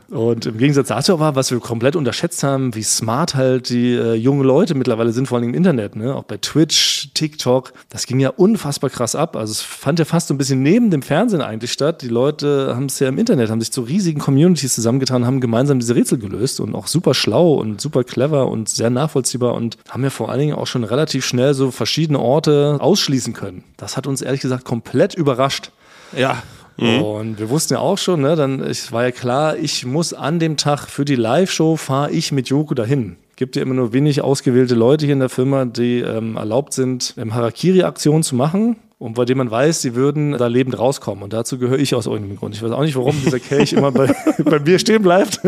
A: Und im Gegensatz dazu war, was wir komplett unterschätzt haben, wie smart halt die äh, jungen Leute mittlerweile sind, vor allem im Internet, ne? auch bei Twitch, TikTok. Das ging ja unfassbar krass ab. Also es fand ja fast so ein bisschen neben dem Fernsehen eigentlich statt. Die Leute haben es ja im Internet, haben sich zu riesigen Communities zusammengetan, haben gemeinsam diese Rätsel gelöst und auch super schlau und super clever und sehr nachvollziehbar und haben ja vor allen Dingen auch schon relativ schnell so verschiedene Orte ausschließen können. Das hat uns ehrlich gesagt komplett überrascht.
B: Ja.
A: Und wir wussten ja auch schon, ne, dann es war ja klar, ich muss an dem Tag für die Live-Show fahre ich mit Joko dahin. Gibt ja immer nur wenig ausgewählte Leute hier in der Firma, die ähm, erlaubt sind, ähm, Harakiri-Aktionen zu machen. Und bei dem man weiß, sie würden da lebend rauskommen. Und dazu gehöre ich aus irgendeinem Grund. Ich weiß auch nicht, warum dieser Kelch immer bei, bei mir stehen bleibt.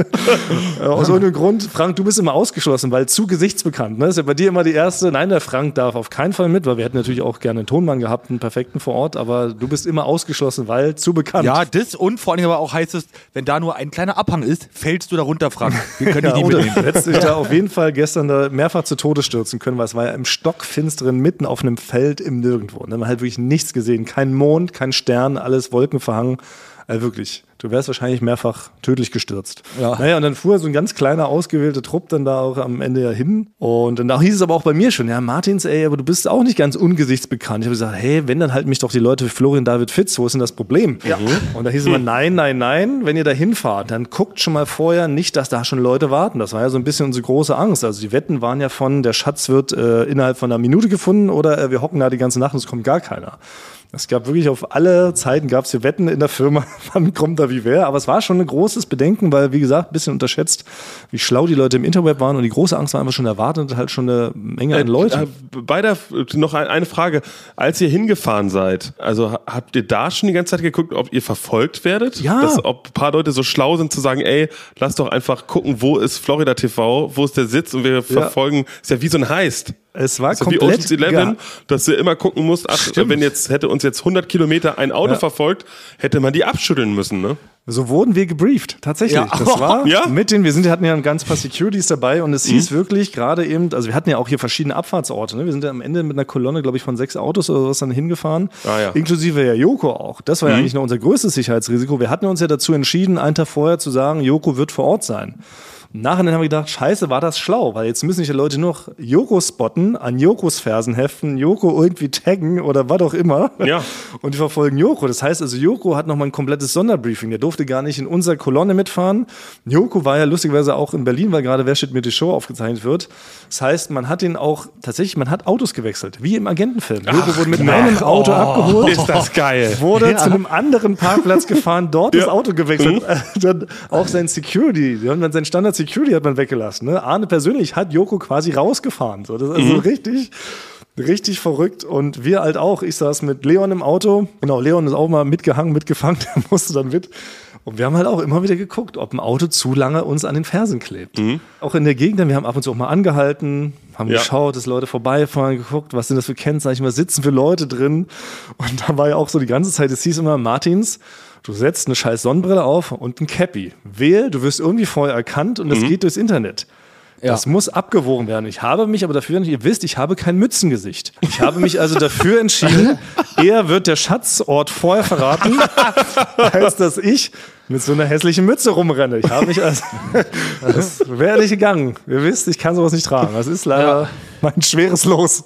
A: Äh, aus irgendeinem Grund, Frank, du bist immer ausgeschlossen, weil zu gesichtsbekannt. Ne? Ist ja bei dir immer die erste. Nein, der Frank darf auf keinen Fall mit, weil wir hätten natürlich auch gerne einen Tonmann gehabt, einen perfekten vor Ort, aber du bist immer ausgeschlossen, weil zu bekannt.
B: Ja, das und vor allen Dingen aber auch heißt es, wenn da nur ein kleiner Abhang ist, fällst du da runter, Frank. Wir können
A: Ja,
B: dich nicht
A: oder
B: mitnehmen.
A: hättest dich da auf jeden Fall gestern da mehrfach zu Tode stürzen können, weil es war ja im Stockfinsteren mitten auf einem Feld im Nirgendwo. Ne? Man hat wirklich nichts gesehen. Kein Mond, kein Stern, alles Wolken verhangen. Äh, wirklich. Du wärst wahrscheinlich mehrfach tödlich gestürzt.
B: Ja.
A: Naja, und dann fuhr so ein ganz kleiner, ausgewählter Trupp dann da auch am Ende ja hin. Und dann hieß es aber auch bei mir schon, ja, Martins, ey, aber du bist auch nicht ganz ungesichtsbekannt. Ich habe gesagt, hey, wenn, dann halten mich doch die Leute wie Florian David Fitz, wo ist denn das Problem? Ja. Und da hieß es immer, nein, nein, nein, wenn ihr da hinfahrt, dann guckt schon mal vorher nicht, dass da schon Leute warten. Das war ja so ein bisschen unsere große Angst. Also die Wetten waren ja von, der Schatz wird äh, innerhalb von einer Minute gefunden oder äh, wir hocken da die ganze Nacht und es kommt gar keiner. Es gab wirklich auf alle Zeiten gab es hier Wetten in der Firma, wann kommt da wie wer. Aber es war schon ein großes Bedenken, weil, wie gesagt, ein bisschen unterschätzt, wie schlau die Leute im Interweb waren. Und die große Angst war einfach schon erwartet, halt schon eine Menge an
C: Äh,
A: Leuten.
C: bei der, noch ein, eine Frage. Als ihr hingefahren seid, also ha- habt ihr da schon die ganze Zeit geguckt, ob ihr verfolgt werdet?
A: Ja.
C: Dass, ob ein paar Leute so schlau sind zu sagen, ey, lass doch einfach gucken, wo ist Florida TV, wo ist der Sitz und wir verfolgen, ist ja wie so ein Heist.
A: Es war
C: So wie
A: komplett.
C: Ocean's Eleven,
A: ga-
C: dass du immer gucken musst, ach, wenn jetzt, hätte uns jetzt 100 Kilometer ein Auto
A: Ja.
C: verfolgt, hätte man die abschütteln müssen, ne?
A: So wurden wir gebrieft, tatsächlich.
B: Ja.
A: Das war
C: Ja? Mhm.
A: mit den, wir sind, wir hatten ja ein ganz paar Securities dabei und es hieß wirklich gerade eben, also wir hatten ja auch hier verschiedene Abfahrtsorte. Ne? Wir sind ja am Ende mit einer Kolonne, glaube ich, von sechs Autos oder was dann hingefahren,
C: Ah, ja. Mhm.
A: inklusive ja Joko auch. Das war ja eigentlich noch unser größtes Sicherheitsrisiko. Wir hatten uns ja dazu entschieden, einen Tag vorher zu sagen, Joko wird vor Ort sein. Im Nachhinein haben wir gedacht, scheiße, war das schlau, weil jetzt müssen sich ja Leute nur noch Joko spotten, an Jokos Fersen heften, Joko irgendwie taggen oder was auch immer.
C: Ja.
A: Und die verfolgen Joko. Das heißt also, Joko hat nochmal ein komplettes Sonderbriefing. Der durfte gar nicht in unserer Kolonne mitfahren. Joko war ja lustigerweise auch in Berlin, weil gerade Wer steht mir die Show aufgezeichnet wird. Das heißt, man hat ihn auch, tatsächlich, man hat Autos gewechselt, wie im Agentenfilm. Joko wurde mit einem Auto abgeholt.
C: genau. Oh. Ist das geil.
A: Wurde zu einem anderen Parkplatz gefahren, dort das Auto gewechselt. Dann auch sein Security, die haben dann sein Standard Security hat man weggelassen. Ne? Arne persönlich hat Joko quasi rausgefahren. So, das ist also richtig, richtig verrückt. Und wir halt auch. Ich saß mit Leon im Auto. Genau, Leon ist auch mal mitgehangen, mitgefangen, der musste dann mit. Und wir haben halt auch immer wieder geguckt, ob ein Auto zu lange uns an den Fersen klebt. Auch in der Gegend, wir haben ab und zu auch mal angehalten, haben
C: Ja.
A: geschaut, dass Leute vorbeifahren, geguckt, was sind das für Kennzeichen, was sitzen für Leute drin. Und da war ja auch so die ganze Zeit, es hieß immer, Martins, du setzt eine scheiß Sonnenbrille auf und ein Cappy. Wähl, du wirst irgendwie vorher erkannt und das geht durchs Internet. Das muss abgewogen werden. Ich habe mich aber dafür, ihr wisst, ich habe kein Mützengesicht. Ich habe mich also dafür entschieden, eher wird der Schatzort vorher verraten, als dass ich mit so einer hässlichen Mütze rumrenne. Ich habe mich also, das wäre nicht gegangen. Ihr wisst, ich kann sowas nicht tragen. Das ist leider mein schweres Los.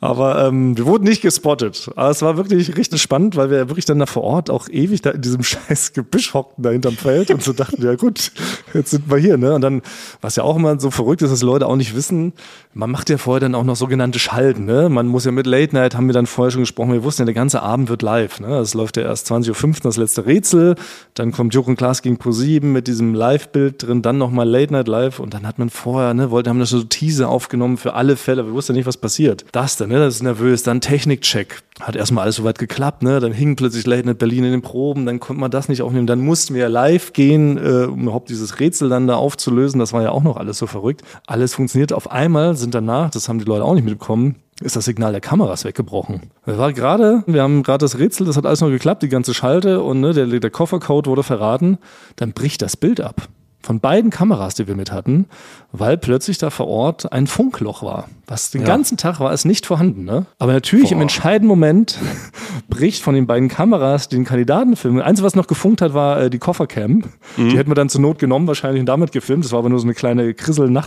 A: Aber ähm, wir wurden nicht gespottet. Aber es war wirklich richtig spannend, weil wir ja wirklich dann da vor Ort auch ewig da in diesem scheiß Gebüsch hockten da hinterm Feld und so dachten, ja gut, jetzt sind wir hier. Ne? Und dann, was ja auch immer so verrückt ist, dass Leute auch nicht wissen, man macht ja vorher dann auch noch sogenannte Schalten. Ne? Man muss ja mit Late Night, haben wir dann vorher schon gesprochen, wir wussten ja, der ganze Abend wird live. Ne? Das läuft ja erst 20.15 Uhr das letzte Rätsel, dann kommt Joko und Klaas gegen Pro7 mit diesem Live-Bild drin, dann nochmal Late Night Live und dann hat man vorher, ne, wollte, haben das so Teaser aufgenommen für alle Fälle, wir wussten ja nicht, was passiert. Das dann, ne, das ist nervös, dann Technikcheck. Hat erstmal alles soweit geklappt, ne? Dann hing plötzlich Late Night Berlin in den Proben, dann konnte man das nicht aufnehmen, dann mussten wir ja live gehen, äh, um überhaupt dieses Rätsel dann da aufzulösen. Das war ja auch noch alles so verrückt. Alles funktioniert. Auf einmal sind danach, das haben die Leute auch nicht mitbekommen, ist das Signal der Kameras weggebrochen. Das war gerade, wir haben gerade das Rätsel, das hat alles noch geklappt, die ganze Schalte und ne, der, der Koffercode wurde verraten. Dann bricht das Bild ab. Von beiden Kameras, die wir mit hatten, weil plötzlich da vor Ort ein Funkloch war. Was den ganzen Tag war es nicht vorhanden. Ne? Aber natürlich im entscheidenden Moment bricht von den beiden Kameras den Kandidatenfilm. Eins, was noch gefunkt hat, war äh, die Koffercam. Die hätten wir dann zur Not genommen, wahrscheinlich und damit gefilmt. Das war aber nur so eine kleine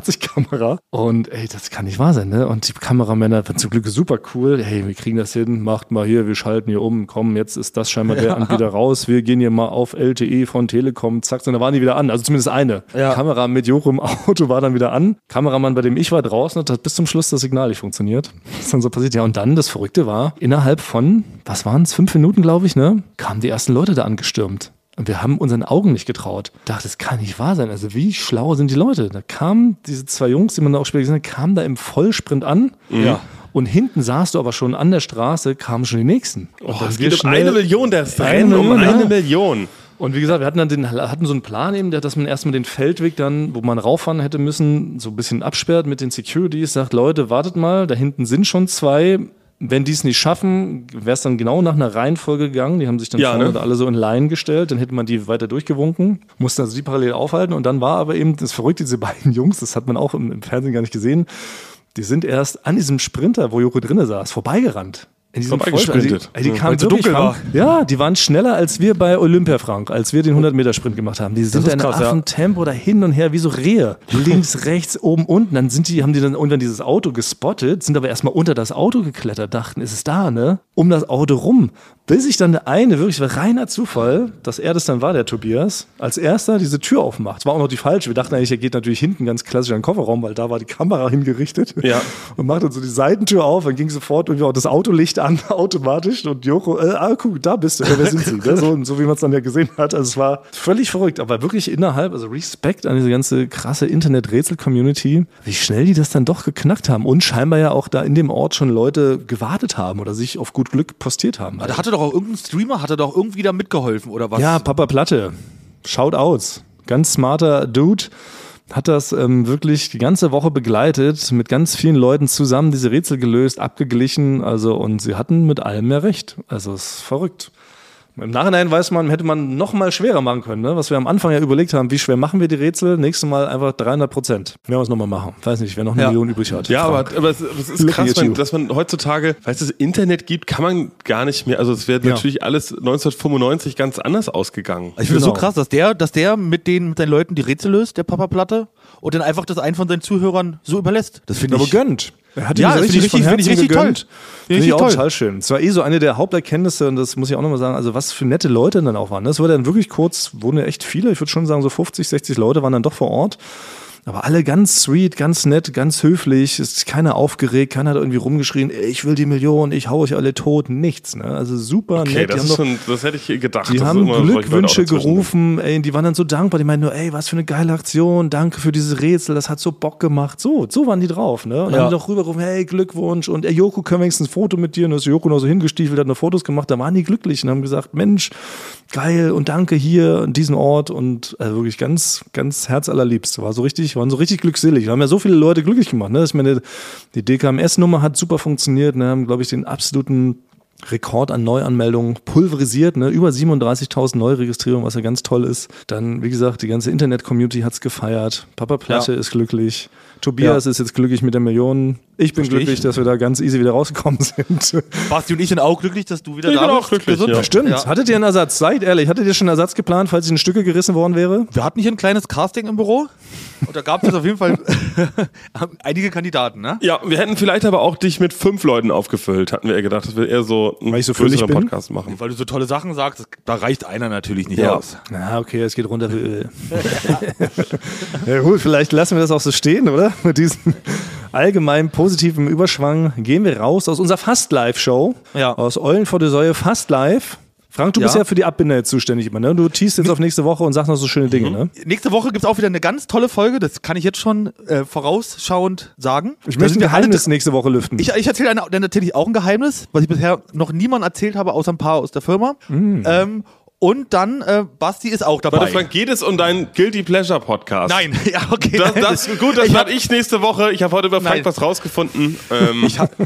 A: Krissel-Nachtsichtkamera. Und ey, das kann nicht wahr sein, ne? Und die Kameramänner waren zum Glück super cool. Hey, wir kriegen das hin, macht mal hier, wir schalten hier um. Komm, jetzt ist das scheinbar der Anbieter raus. Wir gehen hier mal auf LTE von Telekom. Zack, und da waren die wieder an. Also zumindest eine.
F: Ja.
A: Kamera mit Joch im Auto war dann wieder an. Kameramann, bei dem ich war, draußen hat bis zum Schluss das Signal nicht funktioniert. Das ist dann so passiert. Ja, und dann, das Verrückte war, innerhalb von, was waren es, fünf Minuten, glaube ich, ne, kamen die ersten Leute da angestürmt. Und wir haben unseren Augen nicht getraut. Ich dachte, das kann nicht wahr sein. Also wie schlau sind die Leute? Da kamen diese zwei Jungs, die man da auch später gesehen hat, kamen da im Vollsprint an. Ja. Und hinten saßt du aber schon an der Straße, kamen schon die Nächsten. Und dann wir schnell-
C: um Million, das
A: Rennen um eine
C: Million.
A: und wie gesagt, wir hatten dann den, hatten so einen Plan eben, der- dass man erstmal den Feldweg dann, wo man rauffahren hätte müssen, so ein bisschen absperrt mit den Securities, sagt, Leute, wartet mal, da hinten sind schon zwei. Wenn die es nicht schaffen, wäre es dann genau nach einer Reihenfolge gegangen. Die haben sich dann
C: Ja,
A: vorne
C: ne?
A: da alle so in Line gestellt, dann hätte man die weiter durchgewunken, musste also die parallel aufhalten und dann war aber eben das Verrückte, diese beiden Jungs, das hat man auch im, im Fernsehen gar nicht gesehen, die sind erst an diesem Sprinter, wo Joko drinne saß, vorbeigerannt. In diesem
C: Vorbeigesprintet.
A: Vollsprint. Also die, ey, die
F: Weil
A: kamen
F: es
A: so
F: so
A: dunkel
F: dunkel
A: waren, Ja, die waren schneller als wir bei Olympia, Frank, als wir den 100-Meter-Sprint gemacht haben. Die sind
F: ist
A: dann
F: krass,
A: in
F: ja.
A: Affentempo da hin und her, wie so Rehe. Links, rechts, oben, unten. Dann sind die, haben die dann irgendwann dieses Auto gespottet, sind aber erstmal unter das Auto geklettert, dachten, ist es da, ne? Um das Auto rum. Bis sich dann der eine, wirklich war reiner Zufall, dass er das dann war, der Tobias, als erster diese Tür aufmacht. War auch noch die falsche. Wir dachten eigentlich, er geht natürlich hinten ganz klassisch an den Kofferraum, weil da war die Kamera hingerichtet
C: Ja.
A: und macht dann so die Seitentür auf, dann ging sofort irgendwie auch das Autolicht an, automatisch und Joko, äh, ah, guck, da bist du, ja, wer sind sie? ne? so, so wie man es dann ja gesehen hat, also es war völlig verrückt, aber wirklich innerhalb, also Respekt an diese ganze krasse Internet-Rätsel-Community, wie schnell die das dann doch geknackt haben und scheinbar ja auch da in dem Ort schon Leute gewartet haben oder sich auf gut Glück postiert haben.
F: Da hatte doch auch irgendein Streamer, hatte doch irgendwie da mitgeholfen oder was?
A: Ja, Papa Platte. Shout outs. Ganz smarter Dude. Hat das ähm, wirklich die ganze Woche begleitet, mit ganz vielen Leuten zusammen diese Rätsel gelöst, abgeglichen. Also, und sie hatten mit allem mehr recht. Also, es ist verrückt. Im Nachhinein weiß man, hätte man noch mal schwerer machen können, ne? was wir am Anfang ja überlegt haben, wie schwer machen wir die Rätsel? Nächstes Mal einfach 300 Prozent. Werden wir es nochmal machen. Weiß nicht, wer noch eine Million übrig hat.
C: Ja, aber, aber es, aber es ist
A: Look
C: krass,
A: at
C: man,
A: you.
C: dass man heutzutage, weil es das Internet gibt, kann man gar nicht mehr. Also es wäre
A: Ja.
C: natürlich alles 1995 ganz anders ausgegangen.
B: Ich finde es so
A: Genau.
B: krass, dass der, dass der mit den, mit seinen Leuten die Rätsel löst, der Papa Platte, und dann einfach das einen von seinen Zuhörern so überlässt. Das finde
A: aber
B: ich.
A: gönnt. Er hat
B: Ja,
A: ihm
B: das
A: richtig
B: finde ich
A: von Herzen
B: richtig- finde ich richtig
A: gegönnt.
B: toll.
A: Finde ich
B: richtig
A: auch
B: toll.
A: total schön. Es war eh so eine der Haupterkenntnisse und das muss ich auch nochmal sagen, also was für nette Leute dann auch waren. Das wurde dann wirklich kurz, wurden ja echt viele, ich würde schon sagen so 50, 60 Leute waren dann doch vor Ort. Aber alle ganz sweet, ganz nett, ganz höflich. Es Ist keiner aufgeregt, keiner hat irgendwie rumgeschrien, "Ey, ich will die Million, ich hau euch alle tot, nichts. Ne? Also super
C: okay,
A: nett. Die
C: das,
A: haben
C: ist
A: doch-
C: schon, das hätte ich gedacht.
A: die
C: dass
A: haben
C: immer solche Leute auch
A: Glückwünsche
C: dazwischen sind.
A: gerufen, ey, die waren dann so dankbar. Die meinten nur, ey, was für eine geile Aktion, danke für dieses Rätsel, das hat so Bock gemacht. So, so waren die drauf, ne? Und dann haben die noch rübergerufen, hey, Glückwunsch und ey, Joko, können wir wenigstens ein Foto mit dir? Und dann ist Joko noch so hingestiefelt, hat noch Fotos gemacht, da waren die glücklich und haben gesagt, Mensch, geil und danke hier an diesem Ort und also wirklich ganz, ganz herzallerliebst. War so richtig, waren so richtig glückselig. Da haben ja so viele Leute glücklich gemacht, ne? Ich meine, die DKMS-Nummer hat super funktioniert, ne? Haben, glaube ich, den absoluten Rekord an Neuanmeldungen pulverisiert, ne? über 37.000 Neuregistrierungen, was ja ganz toll ist. Dann, wie gesagt, die ganze Internet-Community hat's gefeiert. Papa Platte ist glücklich. Tobias ist jetzt glücklich mit der Million. Ich bin glücklich, dass wir da ganz easy wieder rausgekommen sind.
B: Basti und ich sind auch glücklich, dass du wieder
C: Ich
B: da
C: bin
B: bist.
C: auch glücklich,
B: Gesund.
C: ja.
A: Stimmt.
B: Ja.
A: Hattet ihr einen Ersatz? Seid ehrlich, hattet ihr schon einen Ersatz geplant, falls ich in Stücke gerissen worden wäre?
B: Wir hatten hier ein kleines Casting im Büro und da gab es auf jeden Fall einige Kandidaten, ne?
C: Ja, wir hätten vielleicht aber auch dich mit fünf Leuten aufgefüllt, hatten wir eher gedacht, dass wir eher so einen
A: Weil ich so
C: größeren
A: völlig bin?
C: Podcast machen.
B: Weil du so tolle Sachen sagst, das- da reicht einer natürlich nicht
C: Ja.
B: aus.
A: Na, okay, es geht runter wie Öl. ja, gut, vielleicht lassen wir das auch so stehen, oder? Mit diesem allgemein positiven Überschwang gehen wir raus aus unserer Fast-Live-Show.
B: Ja.
A: Aus Eulen vor der Säue Fast-Live. Frank, du bist ja für die Abbinder jetzt zuständig immer, ne? Du teast jetzt auf nächste Woche und sagst noch so schöne Dinge, ne?
B: Nächste Woche gibt es auch wieder eine ganz tolle Folge, das kann ich jetzt schon äh, vorausschauend sagen.
A: Ich möchte ein
B: wir alle
A: Geheimnis nächste Woche lüften.
B: Ich, ich erzähle eine- dann natürlich auch ein Geheimnis, was ich bisher noch niemand erzählt habe, außer ein paar aus der Firma.
A: Mm.
B: Ähm, und dann, äh, Basti ist auch dabei.
C: Warte, Frank, geht es um deinen Guilty Pleasure Podcast?
B: Nein, ja, okay.
C: Das,
B: nein.
C: das, gut, das
B: ich
C: hatte ich nächste Woche. Ich habe heute über Frank
B: Nein.
C: was rausgefunden. Ähm,
B: ich habe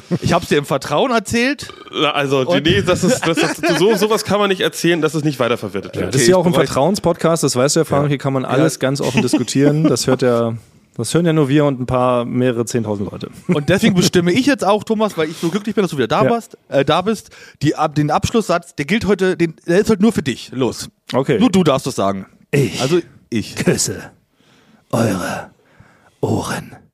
B: es dir im Vertrauen erzählt.
C: also, die- nee, das ist, das, das, so, sowas kann man nicht erzählen, dass es nicht weiterverwertet wird.
A: das ist ja auch ein Vertrauenspodcast, das weißt du ja, Frank. Hier kann man alles ganz offen diskutieren. Das hört ja, das hören ja nur wir und ein paar, mehrere Zehntausend Leute.
B: Und deswegen bestimme ich jetzt auch, Thomas, weil ich so glücklich bin, dass du wieder da,
A: Ja.
B: warst, äh, da bist. Die, ab, den Abschlusssatz, der gilt heute, den, der ist heute nur für dich. Los.
A: Okay.
B: Nur du darfst das sagen. Ich. Also ich.
A: Küsse eure Ohren.